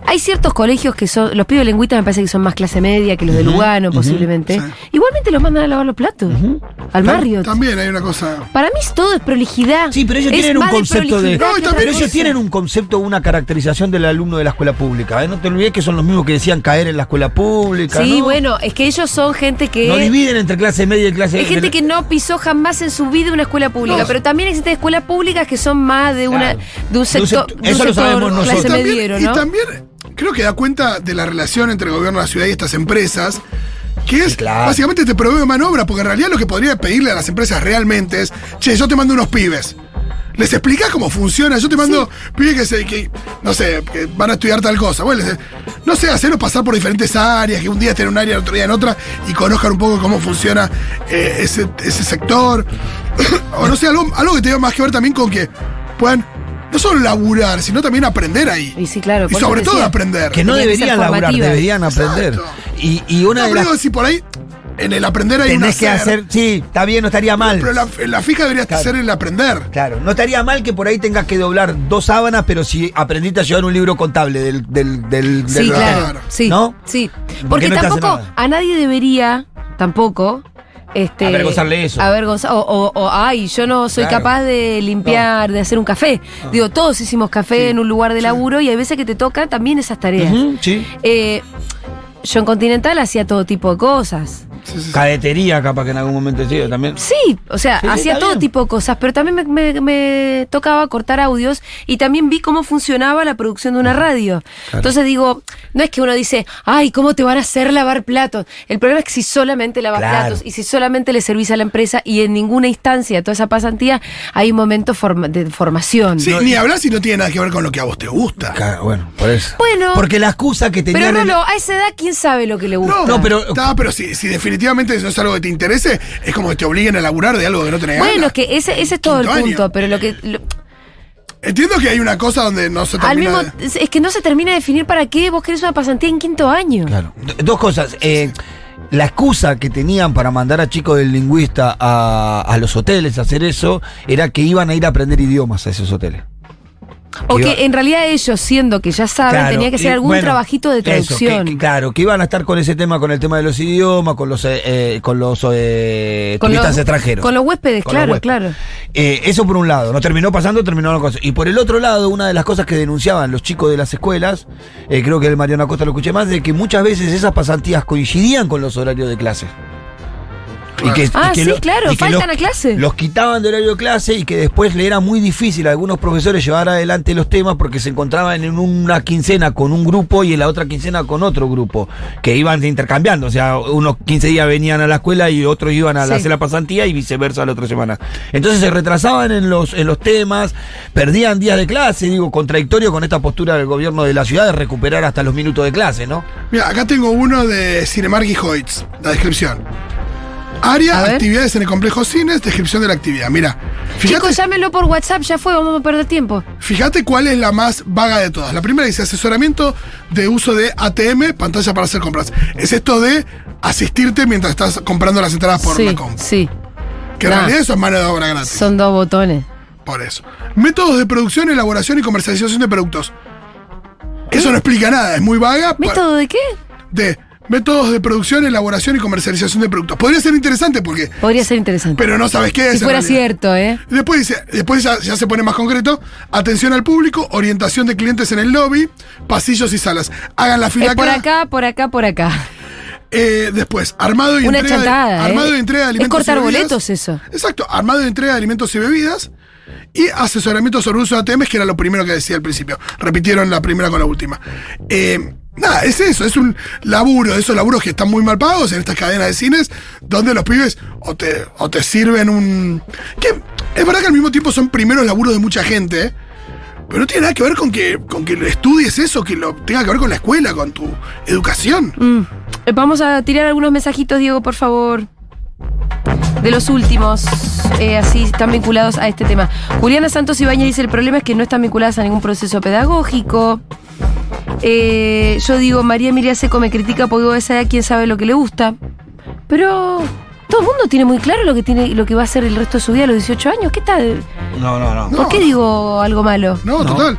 Speaker 1: hay ciertos colegios que son. Los pibes de lengüita me parece que son más clase media que los de Lugano, posiblemente.
Speaker 3: sí.
Speaker 1: Igualmente los mandan a lavar los platos. Al barrio.
Speaker 3: También hay una cosa.
Speaker 1: Para mí todo es prolijidad.
Speaker 2: Sí, pero ellos
Speaker 1: Es
Speaker 2: tienen un
Speaker 1: más
Speaker 2: concepto de.
Speaker 1: prolijidad
Speaker 3: No,
Speaker 1: que
Speaker 3: está
Speaker 1: otra
Speaker 2: Pero
Speaker 3: bien,
Speaker 2: ellos
Speaker 1: cosa.
Speaker 2: tienen un concepto, una caracterización del alumno de la escuela pública. ¿eh? No te olvides que son los mismos que decían caer en la escuela pública.
Speaker 1: Sí,
Speaker 2: ¿no?
Speaker 1: bueno, es que ellos son gente que.
Speaker 2: No eh, dividen entre clase media y clase.
Speaker 1: Hay gente que no pisó jamás en su vida una escuela pública,
Speaker 3: No.
Speaker 1: pero también existen escuelas públicas que son más de una
Speaker 2: Claro.
Speaker 1: de un sector,
Speaker 2: sector-
Speaker 1: de un
Speaker 2: eso lo
Speaker 1: sector
Speaker 2: sabemos
Speaker 1: clase
Speaker 2: nosotros.
Speaker 3: también-
Speaker 1: mediero,
Speaker 3: y
Speaker 1: ¿no?
Speaker 3: también creo que da cuenta de la relación entre el gobierno de la ciudad y estas empresas. Que es,
Speaker 2: claro.
Speaker 3: básicamente te provee manobra, porque en realidad lo que podría pedirle a las empresas realmente es, che, yo te mando unos pibes. Les explicás cómo funciona, yo te mando pibes que, se, que, no sé, que van a estudiar tal cosa. Bueno, les- no sé, hacerlos pasar por diferentes áreas, que un día estén en un área, otro día en otra, y conozcan un poco cómo funciona eh, ese, ese sector. o no sé, algo, algo que tenga más que ver también con que puedan no solo laburar, sino también aprender ahí.
Speaker 1: Y sí, claro,
Speaker 3: Y
Speaker 1: por eso
Speaker 3: sobre
Speaker 1: te
Speaker 3: todo
Speaker 1: decía.
Speaker 3: aprender.
Speaker 2: que
Speaker 1: Tenía
Speaker 2: no
Speaker 1: que ser
Speaker 2: deberían laburar,
Speaker 1: formativa.
Speaker 2: deberían aprender. Y, y
Speaker 3: No,
Speaker 2: una de
Speaker 3: pero
Speaker 2: las
Speaker 3: digo, si por ahí en el aprender hay un
Speaker 2: tenés que hacer, sí, está bien, no estaría mal.
Speaker 3: Pero la, la fija debería
Speaker 2: Claro.
Speaker 3: ser el aprender.
Speaker 2: Claro, no estaría mal que por ahí tengas que doblar dos sábanas, pero si aprendiste a llevar un libro contable del... del, del, del-
Speaker 1: Sí, claro.
Speaker 3: Claro.
Speaker 1: Sí.
Speaker 2: ¿No?
Speaker 1: Sí.
Speaker 2: ¿Por
Speaker 1: Porque
Speaker 2: qué no te hace
Speaker 1: tampoco
Speaker 2: nada?
Speaker 1: a nadie debería, tampoco. Este,
Speaker 4: Avergonzarle eso.
Speaker 1: avergonza- o, o- o, ay, yo no soy
Speaker 2: Claro. Ah.
Speaker 1: capaz de limpiar, de hacer un café. Digo, todos hicimos café en un lugar de laburo y hay veces que te tocan también esas tareas.
Speaker 2: Ujú, sí.
Speaker 1: Eh, yo en Continental hacía todo tipo de cosas.
Speaker 3: Sí, sí, sí.
Speaker 4: Cadetería, capaz que en algún momento he sido también.
Speaker 1: Sí, o sea,
Speaker 4: Sí, sí,
Speaker 1: hacía
Speaker 4: está
Speaker 1: todo
Speaker 4: bien.
Speaker 1: tipo de cosas, pero también me, me- me tocaba cortar audios y también vi cómo funcionaba la producción de una radio. Entonces digo, no es que uno dice, ay, ¿cómo te van a hacer lavar platos? El problema es que si solamente lavas
Speaker 2: Claro.
Speaker 1: platos y si solamente le servís a la empresa y en ninguna instancia toda esa pasantía, hay un momento forma- de formación.
Speaker 3: Sí, ni hablar si no tiene nada que ver con lo que a vos te gusta.
Speaker 2: Claro, bueno, por eso.
Speaker 1: Bueno,
Speaker 2: Porque la excusa que
Speaker 1: pero
Speaker 2: tenían...
Speaker 1: no,
Speaker 2: el-
Speaker 1: a esa edad, ¿quién sabe lo que le gusta?
Speaker 3: No,
Speaker 2: No, pero-
Speaker 3: pero. Está, pero si, si definitivamente eso es algo que te interese, es como que te obliguen a laburar de algo que no tenés
Speaker 1: Bueno,
Speaker 3: ganas.
Speaker 1: es que ese, ese es todo el
Speaker 3: Quinto año.
Speaker 1: punto, pero lo que... lo-
Speaker 3: Entiendo que hay una cosa donde no se
Speaker 1: al
Speaker 3: termina.
Speaker 1: mismo,
Speaker 3: de-
Speaker 1: es es que no se termina de definir para qué vos querés una pasantía en quinto año.
Speaker 2: Claro. D- Dos cosas. eh, la excusa que tenían para mandar a chicos del lingüista a, a los hoteles a hacer eso era que iban a ir a aprender idiomas a esos hoteles.
Speaker 1: O
Speaker 2: Iba-
Speaker 1: que en realidad ellos, siendo que ya saben,
Speaker 2: Claro,
Speaker 1: tenía que hacer
Speaker 2: y
Speaker 1: algún
Speaker 2: bueno,
Speaker 1: trabajito de
Speaker 2: eso,
Speaker 1: traducción.
Speaker 2: que- que- claro, que iban a estar con ese tema, con el tema de los idiomas, con los eh, eh, con los eh, turistas extranjeros.
Speaker 1: Con los huéspedes,
Speaker 2: Con los
Speaker 1: claro,
Speaker 2: huéspedes.
Speaker 1: claro.
Speaker 2: Eh, eso por un lado, no terminó pasando, terminó la cosa. Y por el otro lado, una de las cosas que denunciaban los chicos de las escuelas, eh, creo que el Mariano Acosta lo escuché más, de que muchas veces esas pasantías coincidían con los horarios de clase. Y que-
Speaker 1: Ah,
Speaker 2: y que
Speaker 1: sí, claro,
Speaker 2: y que
Speaker 1: faltan a
Speaker 2: los-
Speaker 1: clase.
Speaker 2: Los quitaban de horario de clase y que después le era muy difícil a algunos profesores llevar adelante los temas porque se encontraban en una quincena con un grupo y en la otra quincena con otro grupo, que iban intercambiando. O sea, unos 15 días venían a la escuela y otros iban a
Speaker 1: Sí.
Speaker 2: hacer la pasantía y viceversa la otra semana. Entonces se retrasaban en los, en los temas, perdían días de clase, digo, contradictorio con esta postura del gobierno de la ciudad de recuperar hasta los minutos de clase, ¿no?
Speaker 3: Mira, acá tengo uno de Cinemark y Hoyts, la descripción.
Speaker 1: A
Speaker 3: Área,
Speaker 1: ver.
Speaker 3: actividades en el complejo cines, descripción de la actividad. Mira, fíjate,
Speaker 1: Chicos, llámenlo por WhatsApp, ya fue, vamos a perder tiempo.
Speaker 3: fíjate cuál es la más vaga de todas. La primera dice asesoramiento de uso de ATM, pantalla para hacer compras. Es esto de asistirte mientras estás comprando las entradas por
Speaker 1: sí, Ah.
Speaker 3: la comp.
Speaker 1: sí,
Speaker 3: Que en
Speaker 1: nah.
Speaker 3: realidad eso es mano de obra gratis.
Speaker 1: son dos botones.
Speaker 3: Por eso. Métodos de producción, elaboración y comercialización de productos. Eso no explica nada, es muy vaga. pa-
Speaker 1: ¿Método de qué?
Speaker 3: De métodos de producción, elaboración y comercialización de productos. Podría ser interesante porque.
Speaker 1: Podría ser interesante.
Speaker 3: Pero no sabes qué es.
Speaker 1: si
Speaker 3: en
Speaker 1: fuera
Speaker 3: realidad.
Speaker 1: cierto, ¿eh?
Speaker 3: Después, dice, después ya, ya se pone más concreto. Atención al público, orientación de clientes en el lobby, pasillos y salas. Hagan la fila
Speaker 1: Es Eh, por acá, por acá, por acá.
Speaker 3: Eh, después, armado y
Speaker 1: Una
Speaker 3: entrega. de-
Speaker 1: chantada, ¿eh?
Speaker 3: armado y entrega de
Speaker 1: Es
Speaker 3: alimentos.
Speaker 1: cortar
Speaker 3: y bebidas.
Speaker 1: boletos eso.
Speaker 3: Exacto, armado y entrega de alimentos y bebidas. Y asesoramiento sobre uso de ATMs, que era lo primero que decía al principio. Repitieron la primera con la última. Eh, Nada, es eso, es un laburo, esos laburos que están muy mal pagos en estas cadenas de cines, donde los pibes o te, o te sirven un. que es verdad que al mismo tiempo son primeros laburos de mucha gente, ¿eh? pero no tiene nada que ver con que, con que estudies eso, que lo tenga que ver con la escuela, con tu educación.
Speaker 1: Mm. Eh, Vamos a tirar algunos mensajitos, Diego, por favor. De los últimos, eh, así están vinculados a este tema. Juliana Santos Ibañez dice: el problema es que no están vinculadas a ningún proceso pedagógico. Eh, yo digo, María Emilia Seco me critica porque digo, esa edad quién sabe lo que le gusta. Pero todo el mundo tiene muy claro lo que tiene, lo que va a hacer el resto de su vida a los 18 años. ¿Qué tal?
Speaker 4: No, no, no.
Speaker 1: ¿Por
Speaker 3: No.
Speaker 1: qué digo algo malo?
Speaker 3: No, total.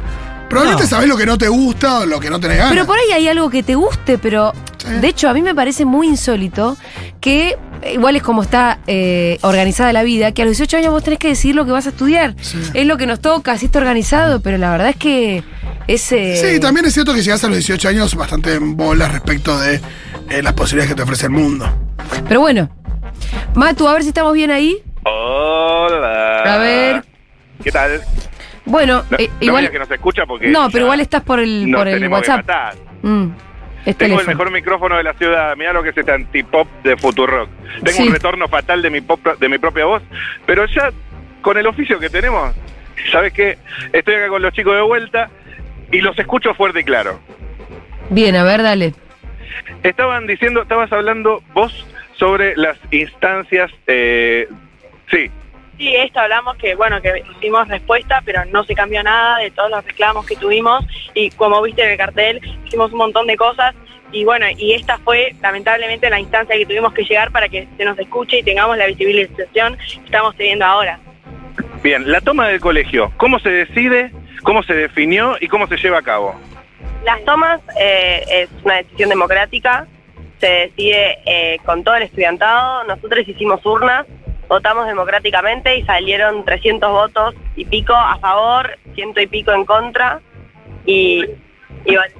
Speaker 3: Probablemente sabés lo que no te gusta o lo que no tenés ganas.
Speaker 1: Pero por ahí hay algo que te guste, pero
Speaker 3: Sí.
Speaker 1: de hecho a mí me parece muy insólito que, eh, igual es como está eh, organizada la vida, que a los 18 años vos tenés que decidir lo que vas a estudiar. Es lo que nos toca, así está organizado, pero la verdad es que eh, ese...
Speaker 3: Sí, también es cierto que llegás a los 18 años bastante en bolas respecto de eh, las posibilidades que te ofrece el mundo.
Speaker 1: Pero bueno, Matu, a ver si estamos bien ahí.
Speaker 5: Hola.
Speaker 1: A ver.
Speaker 5: ¿Qué tal?
Speaker 1: Bueno,
Speaker 5: No,
Speaker 1: eh,
Speaker 5: no me
Speaker 1: igual...
Speaker 5: digas que no se escucha porque.
Speaker 1: No, pero
Speaker 5: ya
Speaker 1: igual estás por el,
Speaker 5: nos
Speaker 1: por el
Speaker 5: tenemos que
Speaker 1: WhatsApp.
Speaker 5: matar.
Speaker 1: Mm, es
Speaker 5: Tengo el
Speaker 1: teléfono.
Speaker 5: mejor micrófono de la ciudad. Mirá lo que es este antipop de Futurock. Tengo
Speaker 1: Sí.
Speaker 5: un retorno fatal de mi, pop, de mi propia voz, pero ya con el oficio que tenemos, ¿sabes qué? Estoy acá con los chicos de vuelta y los escucho fuerte y claro.
Speaker 1: Bien, a ver, dale.
Speaker 5: Estaban diciendo, estabas hablando vos sobre las instancias. eh, sí,
Speaker 6: Sí, esto hablamos que, bueno, que hicimos respuesta, pero no se cambió nada de todos los reclamos que tuvimos y como viste en el cartel, hicimos un montón de cosas y bueno, y esta fue lamentablemente la instancia que tuvimos que llegar para que se nos escuche y tengamos la visibilización que estamos teniendo ahora.
Speaker 5: bien. La toma del colegio, ¿cómo se decide? ¿Cómo se definió y cómo se lleva a cabo?
Speaker 6: Las tomas eh, es una decisión democrática, se decide eh, con todo el estudiantado, nosotros hicimos urnas, votamos democráticamente y salieron 300 votos y pico a favor, ciento y pico en contra, y, y bueno.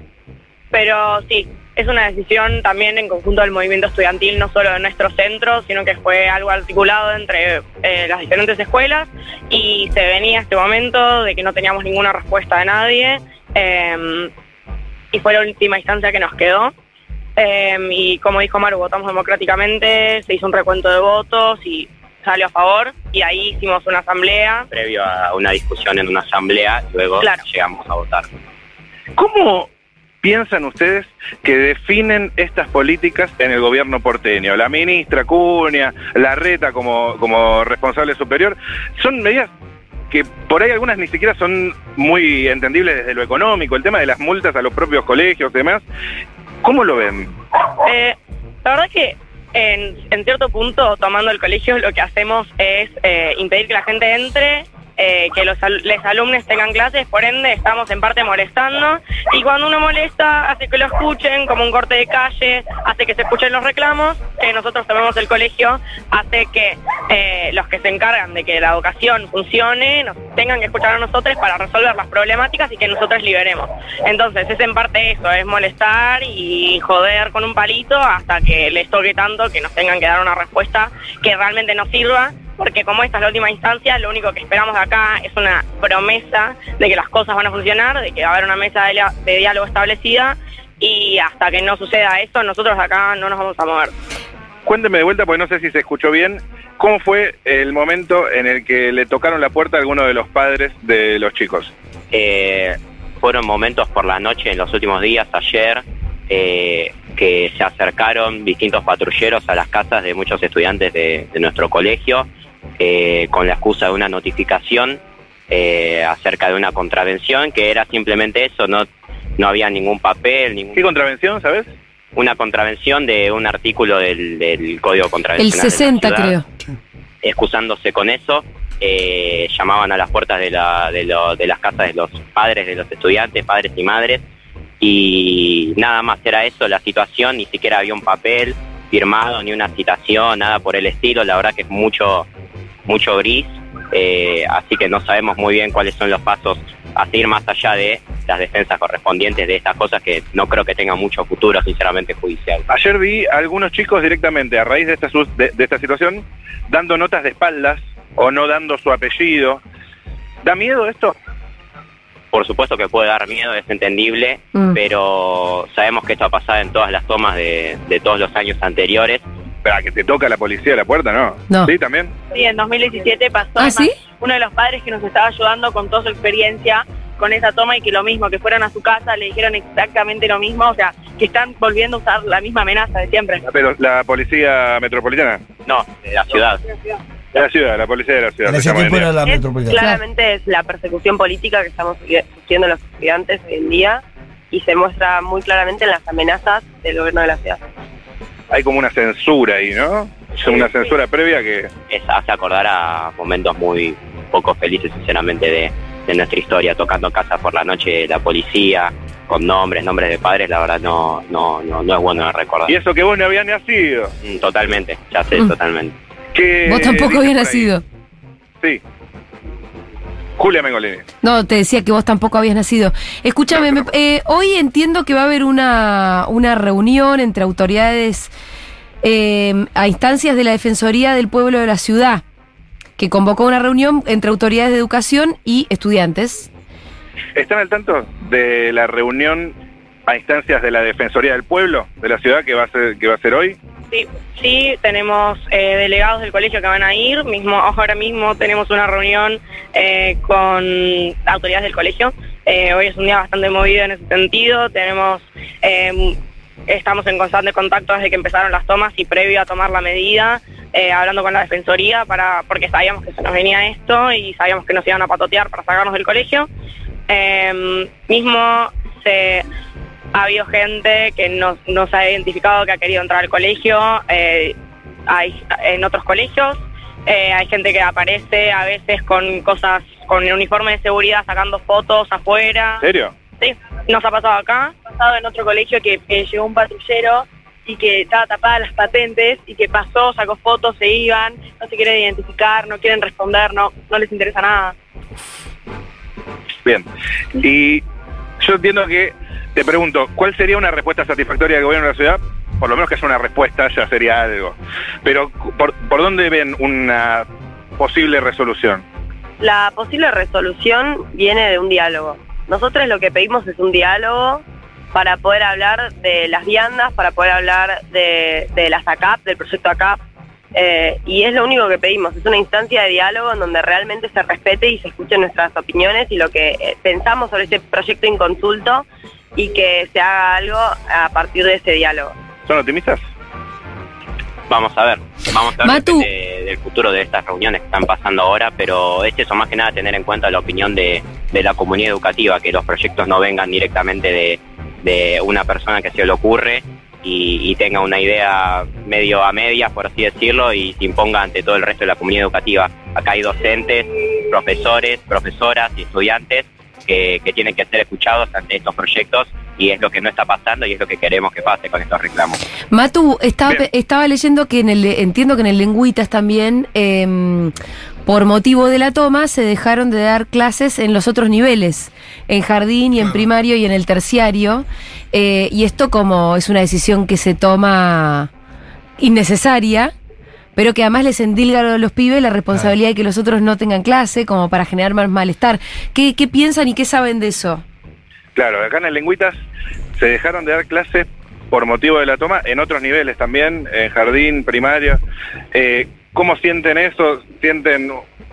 Speaker 6: pero sí, es una decisión también en conjunto del movimiento estudiantil, no solo de nuestro centro, sino que fue algo articulado entre eh, las diferentes escuelas y se venía este momento de que no teníamos ninguna respuesta de nadie. em, y fue la última instancia que nos quedó. Eh, y como dijo Maru, votamos democráticamente, se hizo un recuento de votos y salió a favor. Y ahí hicimos una asamblea.
Speaker 7: Previo a una discusión en una asamblea, luego
Speaker 6: Claro.
Speaker 7: llegamos a votar.
Speaker 5: ¿Cómo piensan ustedes que definen estas políticas en el gobierno porteño? La ministra Cunha, la reta como, como responsable superior, son medidas que por ahí algunas ni siquiera son muy entendibles desde lo económico, el tema de las multas a los propios colegios y demás. ¿Cómo lo ven?
Speaker 6: Eh, la verdad que en, en cierto punto, tomando el colegio, lo que hacemos es eh, impedir que la gente entre, eh, que los al- les alumnos tengan clases, por ende estamos en parte molestando. Y cuando uno molesta, hace que lo escuchen, como un corte de calle, hace que se escuchen los reclamos, que nosotros tomemos el colegio, hace que eh, los que se encargan de que la educación funcione, nos tengan que escuchar a nosotros para resolver las problemáticas y que nosotros liberemos. Entonces es en parte eso, es molestar y joder con un palito hasta que les toque tanto que nos tengan que dar una respuesta que realmente nos sirva, porque como esta es la última instancia, lo único que esperamos de acá es una promesa de que las cosas van a funcionar, de que va a haber una mesa de, lia- de diálogo establecida y hasta que no suceda eso, nosotros acá no nos vamos a mover.
Speaker 5: Cuénteme de vuelta, porque no sé si se escuchó bien, ¿cómo fue el momento en el que le tocaron la puerta a alguno de los padres de los chicos?
Speaker 7: Eh, fueron momentos por la noche en los últimos días, ayer, eh, que se acercaron distintos patrulleros a las casas de muchos estudiantes de, de nuestro colegio eh, con la excusa de una notificación eh, acerca de una contravención que era simplemente eso, no, no había ningún papel, ningún
Speaker 5: ¿Qué contravención, sabes?
Speaker 7: una contravención de un artículo del, del Código
Speaker 1: El
Speaker 7: Contravencional. de la
Speaker 1: 60,
Speaker 7: ciudad.
Speaker 1: creo.
Speaker 7: Excusándose con eso, eh, llamaban a las puertas de, la- de lo- de las casas de los padres, de los estudiantes, padres y madres, y nada más era eso la situación, ni siquiera había un papel firmado, ni una citación, nada por el estilo, la verdad que es mucho, mucho gris, eh, así que no sabemos muy bien cuáles son los pasos a seguir más allá de las defensas correspondientes de estas cosas que no creo que tengan mucho futuro, sinceramente, judicial.
Speaker 5: Ayer vi a algunos chicos directamente, a raíz de esta, su- de, de esta situación, dando notas de espaldas o no dando su apellido. ¿Da miedo esto?
Speaker 7: Por supuesto que puede dar miedo, es entendible,
Speaker 1: Mm.
Speaker 7: pero sabemos que esto ha pasado en todas las tomas de, de todos los años anteriores.
Speaker 5: Pero a que te toca la policía a la puerta, ¿no?
Speaker 1: No.
Speaker 5: Sí, también.
Speaker 6: Sí, en 2017 pasó.
Speaker 1: ¿Ah,
Speaker 6: además,
Speaker 1: sí?
Speaker 6: Uno de los padres que nos estaba ayudando con toda su experiencia con esa toma y que lo mismo, que fueron a su casa, le dijeron exactamente lo mismo, o sea, que están volviendo a usar la misma amenaza de siempre.
Speaker 5: Pero la policía metropolitana.
Speaker 7: No, de la ciudad.
Speaker 5: De la ciudad, la policía de la ciudad.
Speaker 4: En
Speaker 5: se
Speaker 4: ese
Speaker 5: llama hoy en
Speaker 4: tiempo
Speaker 5: día.
Speaker 4: era la
Speaker 6: Es-
Speaker 4: metropolitana.
Speaker 6: claramente es la persecución política que estamos vi- sufriendo los estudiantes hoy en día y se muestra muy claramente en las amenazas del gobierno de la ciudad.
Speaker 5: Hay como una censura ahí, ¿no? Es
Speaker 6: Sí,
Speaker 5: una
Speaker 6: sí.
Speaker 5: censura previa que...
Speaker 7: Es, hace acordar a momentos muy poco felices, sinceramente, de, de nuestra historia, tocando casas por la noche, la policía, con nombres, nombres de padres, la verdad no, no, no, no es bueno de recordar.
Speaker 5: Y eso que vos no habías nacido.
Speaker 7: Mm, Totalmente, ya sé,
Speaker 1: Mm.
Speaker 7: totalmente.
Speaker 5: Que
Speaker 1: Vos tampoco habías nacido.
Speaker 5: Sí. Julia Mengolini.
Speaker 1: No, te decía que vos tampoco habías nacido. Escúchame, me- eh, hoy entiendo que va a haber una, una reunión entre autoridades eh, a instancias de la Defensoría del Pueblo de la Ciudad, que convocó una reunión entre autoridades de educación y estudiantes.
Speaker 5: ¿Están al tanto de la reunión a instancias de la Defensoría del Pueblo de la ciudad que va a ser, que va a ser hoy?
Speaker 6: Sí, sí, tenemos eh, delegados del colegio que van a ir. Mismo, ahora mismo tenemos una reunión eh, con autoridades del colegio. Eh, hoy es un día bastante movido en ese sentido. Tenemos, eh, estamos en constante contacto desde que empezaron las tomas y previo a tomar la medida, eh, hablando con la defensoría para, porque sabíamos que se nos venía esto y sabíamos que nos iban a patotear para sacarnos del colegio. Eh, mismo se ha habido gente que nos, nos ha identificado que ha querido entrar al colegio, eh, hay en otros colegios, eh, hay gente que aparece a veces con cosas, con el uniforme de seguridad sacando fotos afuera.
Speaker 5: ¿En serio?
Speaker 6: Sí, nos ha pasado acá. pasado en otro colegio que, que llegó un patrullero y que estaba tapada las patentes y que pasó, sacó fotos, se iban, no se quieren identificar, no quieren responder, no, no les interesa nada.
Speaker 5: Bien. Y yo entiendo que, te pregunto, ¿cuál sería una respuesta satisfactoria del gobierno de la ciudad? Por lo menos que haya una respuesta, ya sería algo. Pero, ¿por, por dónde ven una posible resolución?
Speaker 6: La posible resolución viene de un diálogo. Nosotros lo que pedimos es un diálogo para poder hablar de las viandas, para poder hablar de, de las ACAP, del proyecto ACAP. eh, y es lo único que pedimos, es una instancia de diálogo en donde realmente se respete y se escuchen nuestras opiniones y lo que eh, pensamos sobre este proyecto inconsulto y que se haga algo a partir de ese diálogo.
Speaker 5: ¿Son optimistas?
Speaker 7: Vamos a ver, vamos a ver
Speaker 1: Matu.
Speaker 7: depende del futuro de estas reuniones que están pasando ahora, pero es eso, más que nada tener en cuenta la opinión de, de la comunidad educativa, que los proyectos no vengan directamente de, de una persona que se le ocurre y, y tenga una idea medio a medias, por así decirlo, y se imponga ante todo el resto de la comunidad educativa. Acá hay docentes, profesores, profesoras y estudiantes que, que tienen que ser escuchados ante estos proyectos y es lo que no está pasando y es lo que queremos que pase con estos reclamos.
Speaker 1: Matu, estaba,
Speaker 5: Bien.
Speaker 1: estaba leyendo que en el, entiendo que en el Lengüitas también, em, por motivo de la toma, se dejaron de dar clases en los otros niveles, en jardín y en primario y en el terciario. Eh, y esto como es una decisión que se toma innecesaria, pero que además les endilga a los pibes la responsabilidad de que los otros no tengan clase, como para generar más malestar. ¿Qué, qué piensan y qué saben de eso?
Speaker 5: Claro, acá en el Lingüitas se dejaron de dar clases por motivo de la toma, en otros niveles también, en jardín, primaria. Eh, ¿Cómo sienten eso? ¿Sienten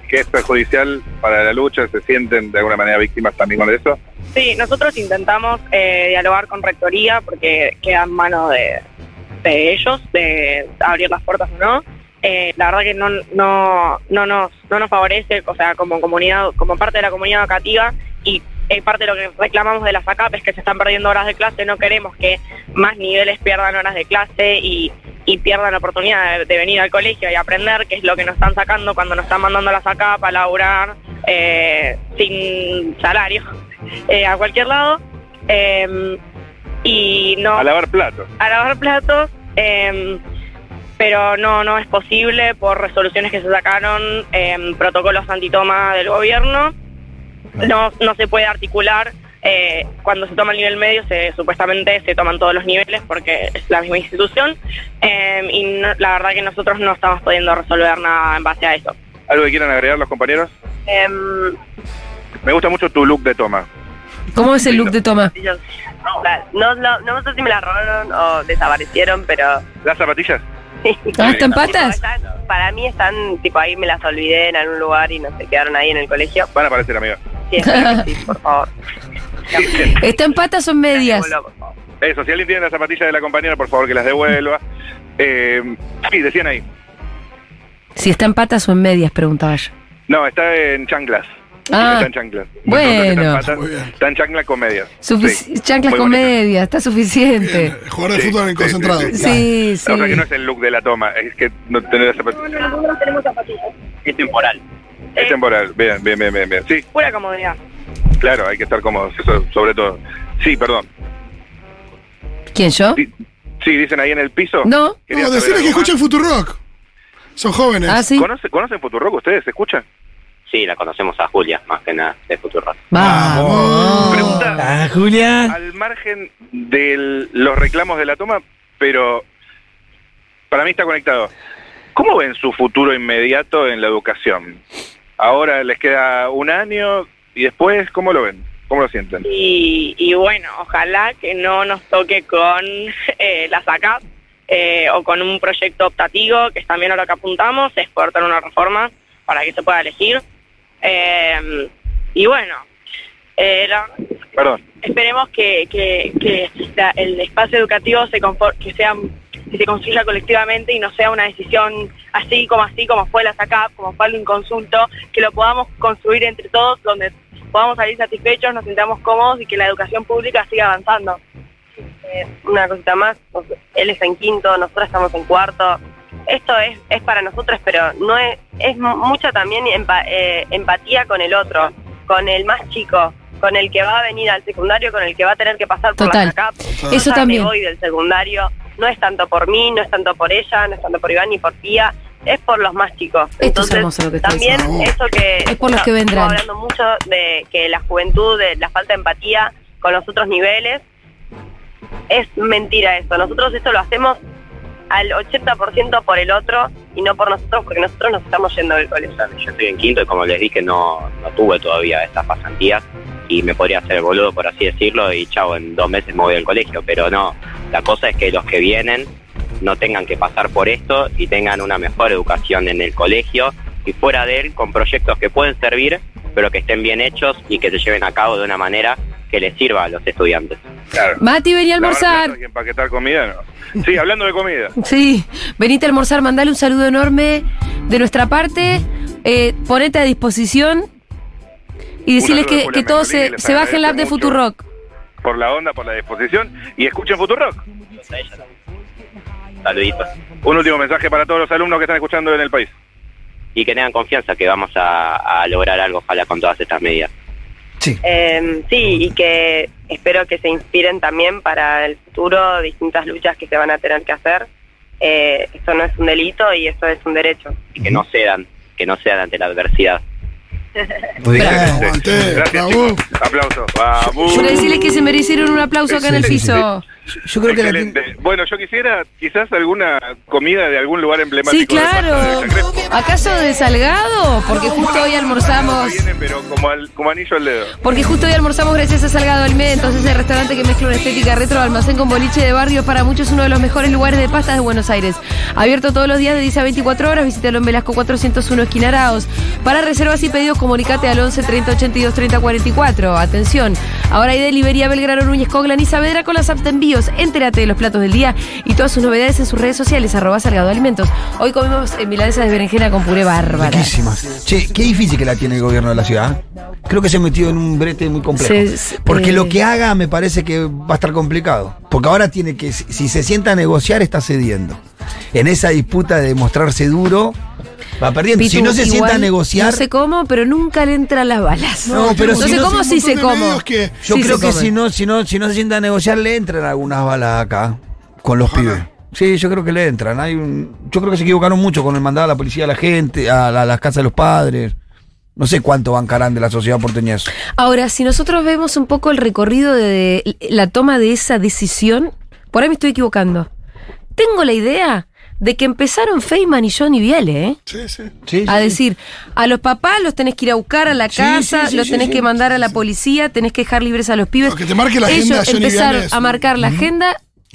Speaker 5: que es perjudicial para la lucha? ¿Se sienten de alguna manera víctimas también de eso?
Speaker 6: Sí, nosotros intentamos eh, dialogar con Rectoría porque queda en mano de, de ellos, de abrir las puertas o no. Eh, la verdad que no, no, no, nos, no nos favorece, o sea, como comunidad, como parte de la comunidad educativa y eh, parte de lo que reclamamos de las ACAP es que se están perdiendo horas de clase, no queremos que más niveles pierdan horas de clase y, y pierdan la oportunidad de, de venir al colegio y aprender, que es lo que nos están sacando cuando nos están mandando a las ACAP a laburar eh, sin salario eh, a cualquier lado eh, y no
Speaker 5: A lavar platos.
Speaker 6: a lavar platos eh, pero no no es posible por resoluciones que se sacaron eh, protocolos antitoma del gobierno no no se puede articular eh, cuando se toma el nivel medio se supuestamente se toman todos los niveles porque es la misma institución eh, y no- la verdad que nosotros no estamos pudiendo resolver nada en base a eso
Speaker 5: ¿Algo que quieran agregar los compañeros?
Speaker 6: Em,
Speaker 5: Me gusta mucho tu look de toma.
Speaker 1: ¿Cómo es el look de Tomás?
Speaker 6: Y yo, la- no, no, no sé si me la robaron o desaparecieron, pero
Speaker 5: ¿Las zapatillas?
Speaker 1: Ah, ¿están
Speaker 6: Tipo,
Speaker 1: patas?
Speaker 6: están- para mí están, tipo, ahí me las olvidé en algún lugar y no se quedaron ahí en el colegio.
Speaker 5: Van a aparecer, amiga.
Speaker 6: Sí, espero que sí, por favor.
Speaker 1: ¿Están patas son medias?
Speaker 6: Vuelvo, por favor.
Speaker 5: Eso, si alguien tiene las zapatillas de la compañera, por favor que las devuelva. Eh, sí, decían ahí.
Speaker 1: Si están patas o en medias, preguntaba yo.
Speaker 5: No, está en chanclas.
Speaker 1: Ah.
Speaker 5: Está en chanclas.
Speaker 1: Bueno.
Speaker 5: Entonces, está en patas,
Speaker 3: Muy bien.
Speaker 5: Está en chanclas con medias.
Speaker 1: Sufici-
Speaker 5: Sí,
Speaker 1: chanclas
Speaker 5: muy
Speaker 1: con
Speaker 5: bonita.
Speaker 1: medias, está suficiente.
Speaker 3: El Eh, jugador de
Speaker 5: Sí,
Speaker 3: fútbol en
Speaker 5: sí,
Speaker 3: concentrado.
Speaker 5: sí,
Speaker 1: Sí, sí.
Speaker 5: O sea que no es el look de la toma, es que no tener las zapatillas.
Speaker 6: Nosotros tenemos zapatillas.
Speaker 7: Es temporal.
Speaker 5: Es temporal. Bien, bien, bien, bien, bien. Sí,
Speaker 6: Pura comodidad.
Speaker 5: claro, hay que estar cómodos, eso, sobre todo. Sí, perdón.
Speaker 1: ¿Quién yo?
Speaker 5: Di- Sí, dicen ahí en el piso.
Speaker 1: No.
Speaker 5: Quería
Speaker 3: No,
Speaker 5: saber
Speaker 3: decirles que
Speaker 5: algo más.
Speaker 3: escuchen Futurock. Son jóvenes.
Speaker 1: Ah, sí.
Speaker 5: ¿Conoce- ¿Conocen Futurock ustedes? ¿Escuchan?
Speaker 7: Sí, la conocemos a Julia, más que nada, de Futuro.
Speaker 1: Vamos.
Speaker 5: Pregunta
Speaker 4: Ah, Julia.
Speaker 5: al margen de los reclamos de la toma, pero para mí está conectado. ¿Cómo ven su futuro inmediato en la educación? Ahora les queda un año y después, ¿cómo lo ven? ¿Cómo lo sienten?
Speaker 6: Y, y bueno, ojalá que no nos toque con eh, la SACAP eh, o con un proyecto optativo, que es también a lo que apuntamos, es poder tener una reforma para que se pueda elegir. Eh, y bueno, eh, la-
Speaker 5: Perdón.
Speaker 6: esperemos que, que- que la- el espacio educativo se confo- que sea que se construya colectivamente y no sea una decisión así como así como fue la SACAP, como fue el inconsulto, que lo podamos construir entre todos, donde podamos salir satisfechos, nos sintamos cómodos y que la educación pública siga avanzando. Eh, una cosita más, no sé, él está en quinto, nosotros estamos en cuarto. Esto es, es para nosotros, pero no es, es mu- mucha también empa- eh, empatía con el otro, con el más chico, con el que va a venir al secundario, con el que va a tener que pasar por
Speaker 1: Total.
Speaker 6: la SACAP.
Speaker 3: eh,
Speaker 1: Eso
Speaker 6: Yo ya
Speaker 1: también.
Speaker 6: Me voy del secundario, no es tanto por mí, no es tanto por ella, no es tanto por Iván ni por Pía, es por los más chicos.
Speaker 1: es hermoso lo que está
Speaker 6: también
Speaker 3: diciendo.
Speaker 6: eso que
Speaker 1: Es por los
Speaker 6: no,
Speaker 1: que vendrán.
Speaker 6: estamos hablando mucho de que la juventud, de la falta de empatía con los otros niveles, es mentira eso. Nosotros esto lo hacemos al 80% por el otro y no por nosotros, porque nosotros nos estamos yendo del colegio.
Speaker 7: Yo estoy en quinto y como les dije, no, no tuve todavía estas pasantías y me podría hacer el boludo, por así decirlo, y chao, en dos meses me voy del colegio. Pero no, la cosa es que los que vienen no tengan que pasar por esto y tengan una mejor educación en el colegio y fuera de él con proyectos que pueden servir, pero que estén bien hechos y que se lleven a cabo de una manera que les sirva a los estudiantes.
Speaker 5: Claro.
Speaker 1: Mati, vení a
Speaker 5: Lavar
Speaker 1: almorzar.
Speaker 5: platos y empaquetar comida, ¿no? Sí, hablando de comida.
Speaker 1: Sí, venite a almorzar, mandale un saludo enorme de nuestra parte. Eh, ponete a disposición y
Speaker 5: Un
Speaker 1: decirles
Speaker 5: saludo de
Speaker 1: que,
Speaker 5: Julia
Speaker 1: que todos
Speaker 5: Mengolini,
Speaker 1: se,
Speaker 5: les
Speaker 1: se bajen la app de
Speaker 5: agradece mucho.
Speaker 1: Futurock.
Speaker 5: Por la onda, por la disposición. Y escuchen Futurock.
Speaker 7: Saluditos.
Speaker 5: Un último mensaje para todos los alumnos que están escuchando en el país.
Speaker 7: Y que tengan confianza que vamos a, a lograr algo, ojalá, con todas estas medidas.
Speaker 6: Eh, sí, y que espero que se inspiren también para el futuro distintas luchas que se van a tener que hacer. Eh, esto no es un delito y esto es un derecho.
Speaker 7: Y que no cedan, que no cedan ante la adversidad.
Speaker 2: Muy bien.
Speaker 3: Bravo, aguanté.
Speaker 5: Gracias,
Speaker 3: Bravo.
Speaker 5: chicos. Aplauso. Vamos.
Speaker 1: Yo decirles que se merecieron un aplauso acá en el
Speaker 2: Sí, sí, sí.
Speaker 1: piso.
Speaker 2: Yo creo que la
Speaker 5: Excelente. Bueno, yo quisiera quizás alguna comida de algún lugar emblemático.
Speaker 1: Sí,
Speaker 5: de Pasto
Speaker 1: claro.
Speaker 5: de Sacre.
Speaker 1: ¿Acaso de Salgado? Porque justo hoy almorzamos.
Speaker 5: Viene, pero como, al- como anillo al dedo.
Speaker 1: Porque justo hoy almorzamos gracias a Salgado Alimentos, ese restaurante que mezcla una estética retro, almacén con boliche de barrio, para muchos uno de los mejores lugares de pastas de Buenos Aires. Abierto todos los días de 10 a 24 horas, visítalo en Velasco 401 Esquinaraos. Para reservas y pedidos, comunicate al 11 30 82 30 44. Atención, ahora hay delivery a Belgrano, Núñez, Coglan y Saavedra con las apps de envíos. Entérate de los platos del día y todas sus novedades en sus redes sociales, arroba Salgado Alimentos. Hoy comimos eh, milanesas de berenjena con puré bárbara.
Speaker 2: Riquísimas. Che, qué difícil que la tiene el gobierno de la ciudad. ¿eh? Creo que se ha metido en un brete muy complejo.
Speaker 1: Se- se-
Speaker 2: Porque
Speaker 1: eh.
Speaker 2: lo que haga me parece que va a estar complicado. Porque ahora tiene que, si- si se sienta a negociar, está cediendo. En esa disputa de mostrarse duro, va perdiendo. si
Speaker 1: Pitu,
Speaker 2: no se
Speaker 1: igual,
Speaker 2: sienta a negociar,
Speaker 1: No sé cómo, pero nunca le entran las balas.
Speaker 2: No, pero
Speaker 1: no
Speaker 2: si
Speaker 1: sé
Speaker 2: no,
Speaker 1: cómo,
Speaker 3: hay un
Speaker 1: sí sé
Speaker 3: montón de
Speaker 1: cómo.
Speaker 3: medios que-
Speaker 2: yo
Speaker 1: Sí
Speaker 2: creo
Speaker 1: se
Speaker 2: que
Speaker 1: come.
Speaker 2: si no, si, no, si no se sienta a negociar, le entran algunas balas acá con los
Speaker 3: Ojalá.
Speaker 2: pibes. Sí, yo creo que le entran. Hay un, yo creo que se equivocaron mucho con el mandado a la policía, a la gente, a, la- a las casas de los padres. No sé cuánto bancarán de la sociedad porteña eso.
Speaker 1: Ahora, si nosotros vemos un poco el recorrido de la toma de esa decisión, por ahí me estoy equivocando. Tengo la idea de que empezaron Feynman y Johnny Viale, ¿eh?
Speaker 3: Sí, sí.
Speaker 4: Sí, sí,
Speaker 1: A
Speaker 4: sí.
Speaker 1: decir, a los papás los tenés que ir a buscar a la
Speaker 2: Sí,
Speaker 1: casa,
Speaker 2: sí, sí,
Speaker 1: los
Speaker 2: sí,
Speaker 1: tenés
Speaker 2: sí.
Speaker 1: que mandar a la policía, tenés que dejar libres a los pibes.
Speaker 3: No, que te marque la
Speaker 1: Ellos
Speaker 3: agenda, Johnny Viale
Speaker 1: empezaron
Speaker 3: es
Speaker 1: a
Speaker 3: un-
Speaker 1: marcar la agenda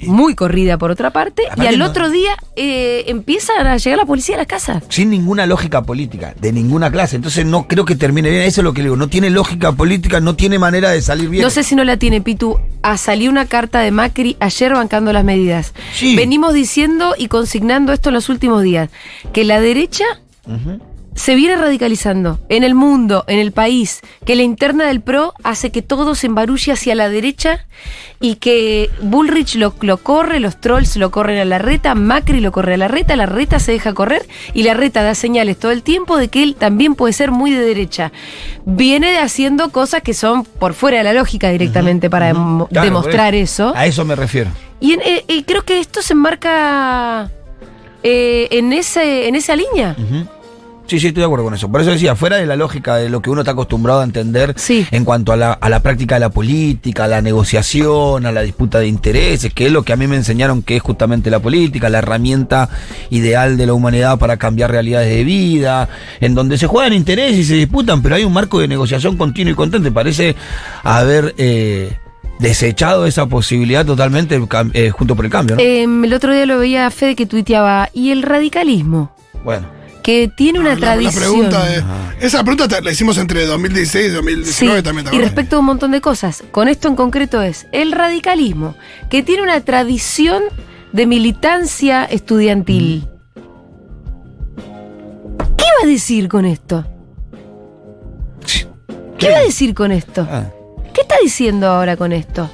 Speaker 1: muy corrida por otra parte, y
Speaker 2: Aparte
Speaker 1: al
Speaker 2: no-
Speaker 1: otro día eh, empiezan a llegar la policía a las casas.
Speaker 2: sin ninguna lógica política, de ninguna clase. Entonces no creo que termine bien. Eso es lo que le digo. No tiene lógica política, no tiene manera de salir bien.
Speaker 1: No sé si no la tiene Pitu. A salió una carta de Macri ayer bancando las medidas.
Speaker 2: Sí.
Speaker 1: Venimos diciendo y consignando esto en los últimos días, que la derecha se viene radicalizando en el mundo, en el país, que la interna del PRO hace que todo se embarulle hacia la derecha y que Bullrich lo, lo corre, los trolls lo corren a la reta, Macri lo corre a la reta, la reta se deja correr y la reta da señales todo el tiempo de que él también puede ser muy de derecha. Viene haciendo cosas que son por fuera de la lógica directamente para dem-
Speaker 2: Claro,
Speaker 1: demostrar
Speaker 2: por
Speaker 1: eso.
Speaker 2: A eso me refiero.
Speaker 1: Y, en- eh, y creo que esto se enmarca eh, en, ese, en esa línea.
Speaker 2: Sí, sí, estoy de acuerdo con eso. Por eso decía, fuera de la lógica de lo que uno está acostumbrado a entender
Speaker 1: Sí.
Speaker 2: en cuanto a la, a la práctica de la política, a la negociación, a la disputa de intereses, que es lo que a mí me enseñaron que es justamente la política, la herramienta ideal de la humanidad para cambiar realidades de vida, en donde se juegan intereses y se disputan, pero hay un marco de negociación continuo y constante. Parece haber eh, desechado esa posibilidad totalmente cam- eh, junto por el cambio, ¿no?
Speaker 1: Em, el otro día lo veía a Fede que tuiteaba, ¿y el radicalismo?
Speaker 2: bueno.
Speaker 1: Que tiene una
Speaker 3: La- Ah, la,
Speaker 1: tradición.
Speaker 3: pregunta de, Esa pregunta te- la hicimos entre 2016 y
Speaker 1: Sí,
Speaker 3: 2019 también,
Speaker 1: y
Speaker 3: ¿te acordás?
Speaker 1: respecto a un montón de cosas. Con esto en concreto es el radicalismo, que tiene una tradición de militancia estudiantil.
Speaker 3: Mm.
Speaker 1: ¿Qué va a decir con esto? ¿Qué va a decir con esto?
Speaker 2: Ah.
Speaker 1: ¿Qué está diciendo ahora con esto?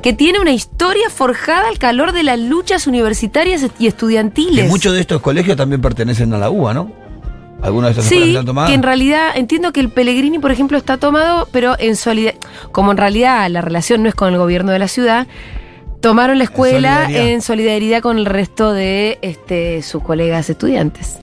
Speaker 1: Que tiene una historia forjada al calor de las luchas universitarias y
Speaker 2: Que
Speaker 1: estudiantiles.
Speaker 2: muchos de estos colegios también pertenecen a la UBA, ¿no? Algunos de estos escuelas
Speaker 1: Sí,
Speaker 2: están tomadas.
Speaker 1: que en realidad entiendo que el Pellegrini, por ejemplo, está tomado, pero en solidaridad, como en realidad la relación no es con el gobierno de la ciudad, tomaron la escuela
Speaker 2: solidaridad.
Speaker 1: en solidaridad con el resto de este, sus colegas estudiantes.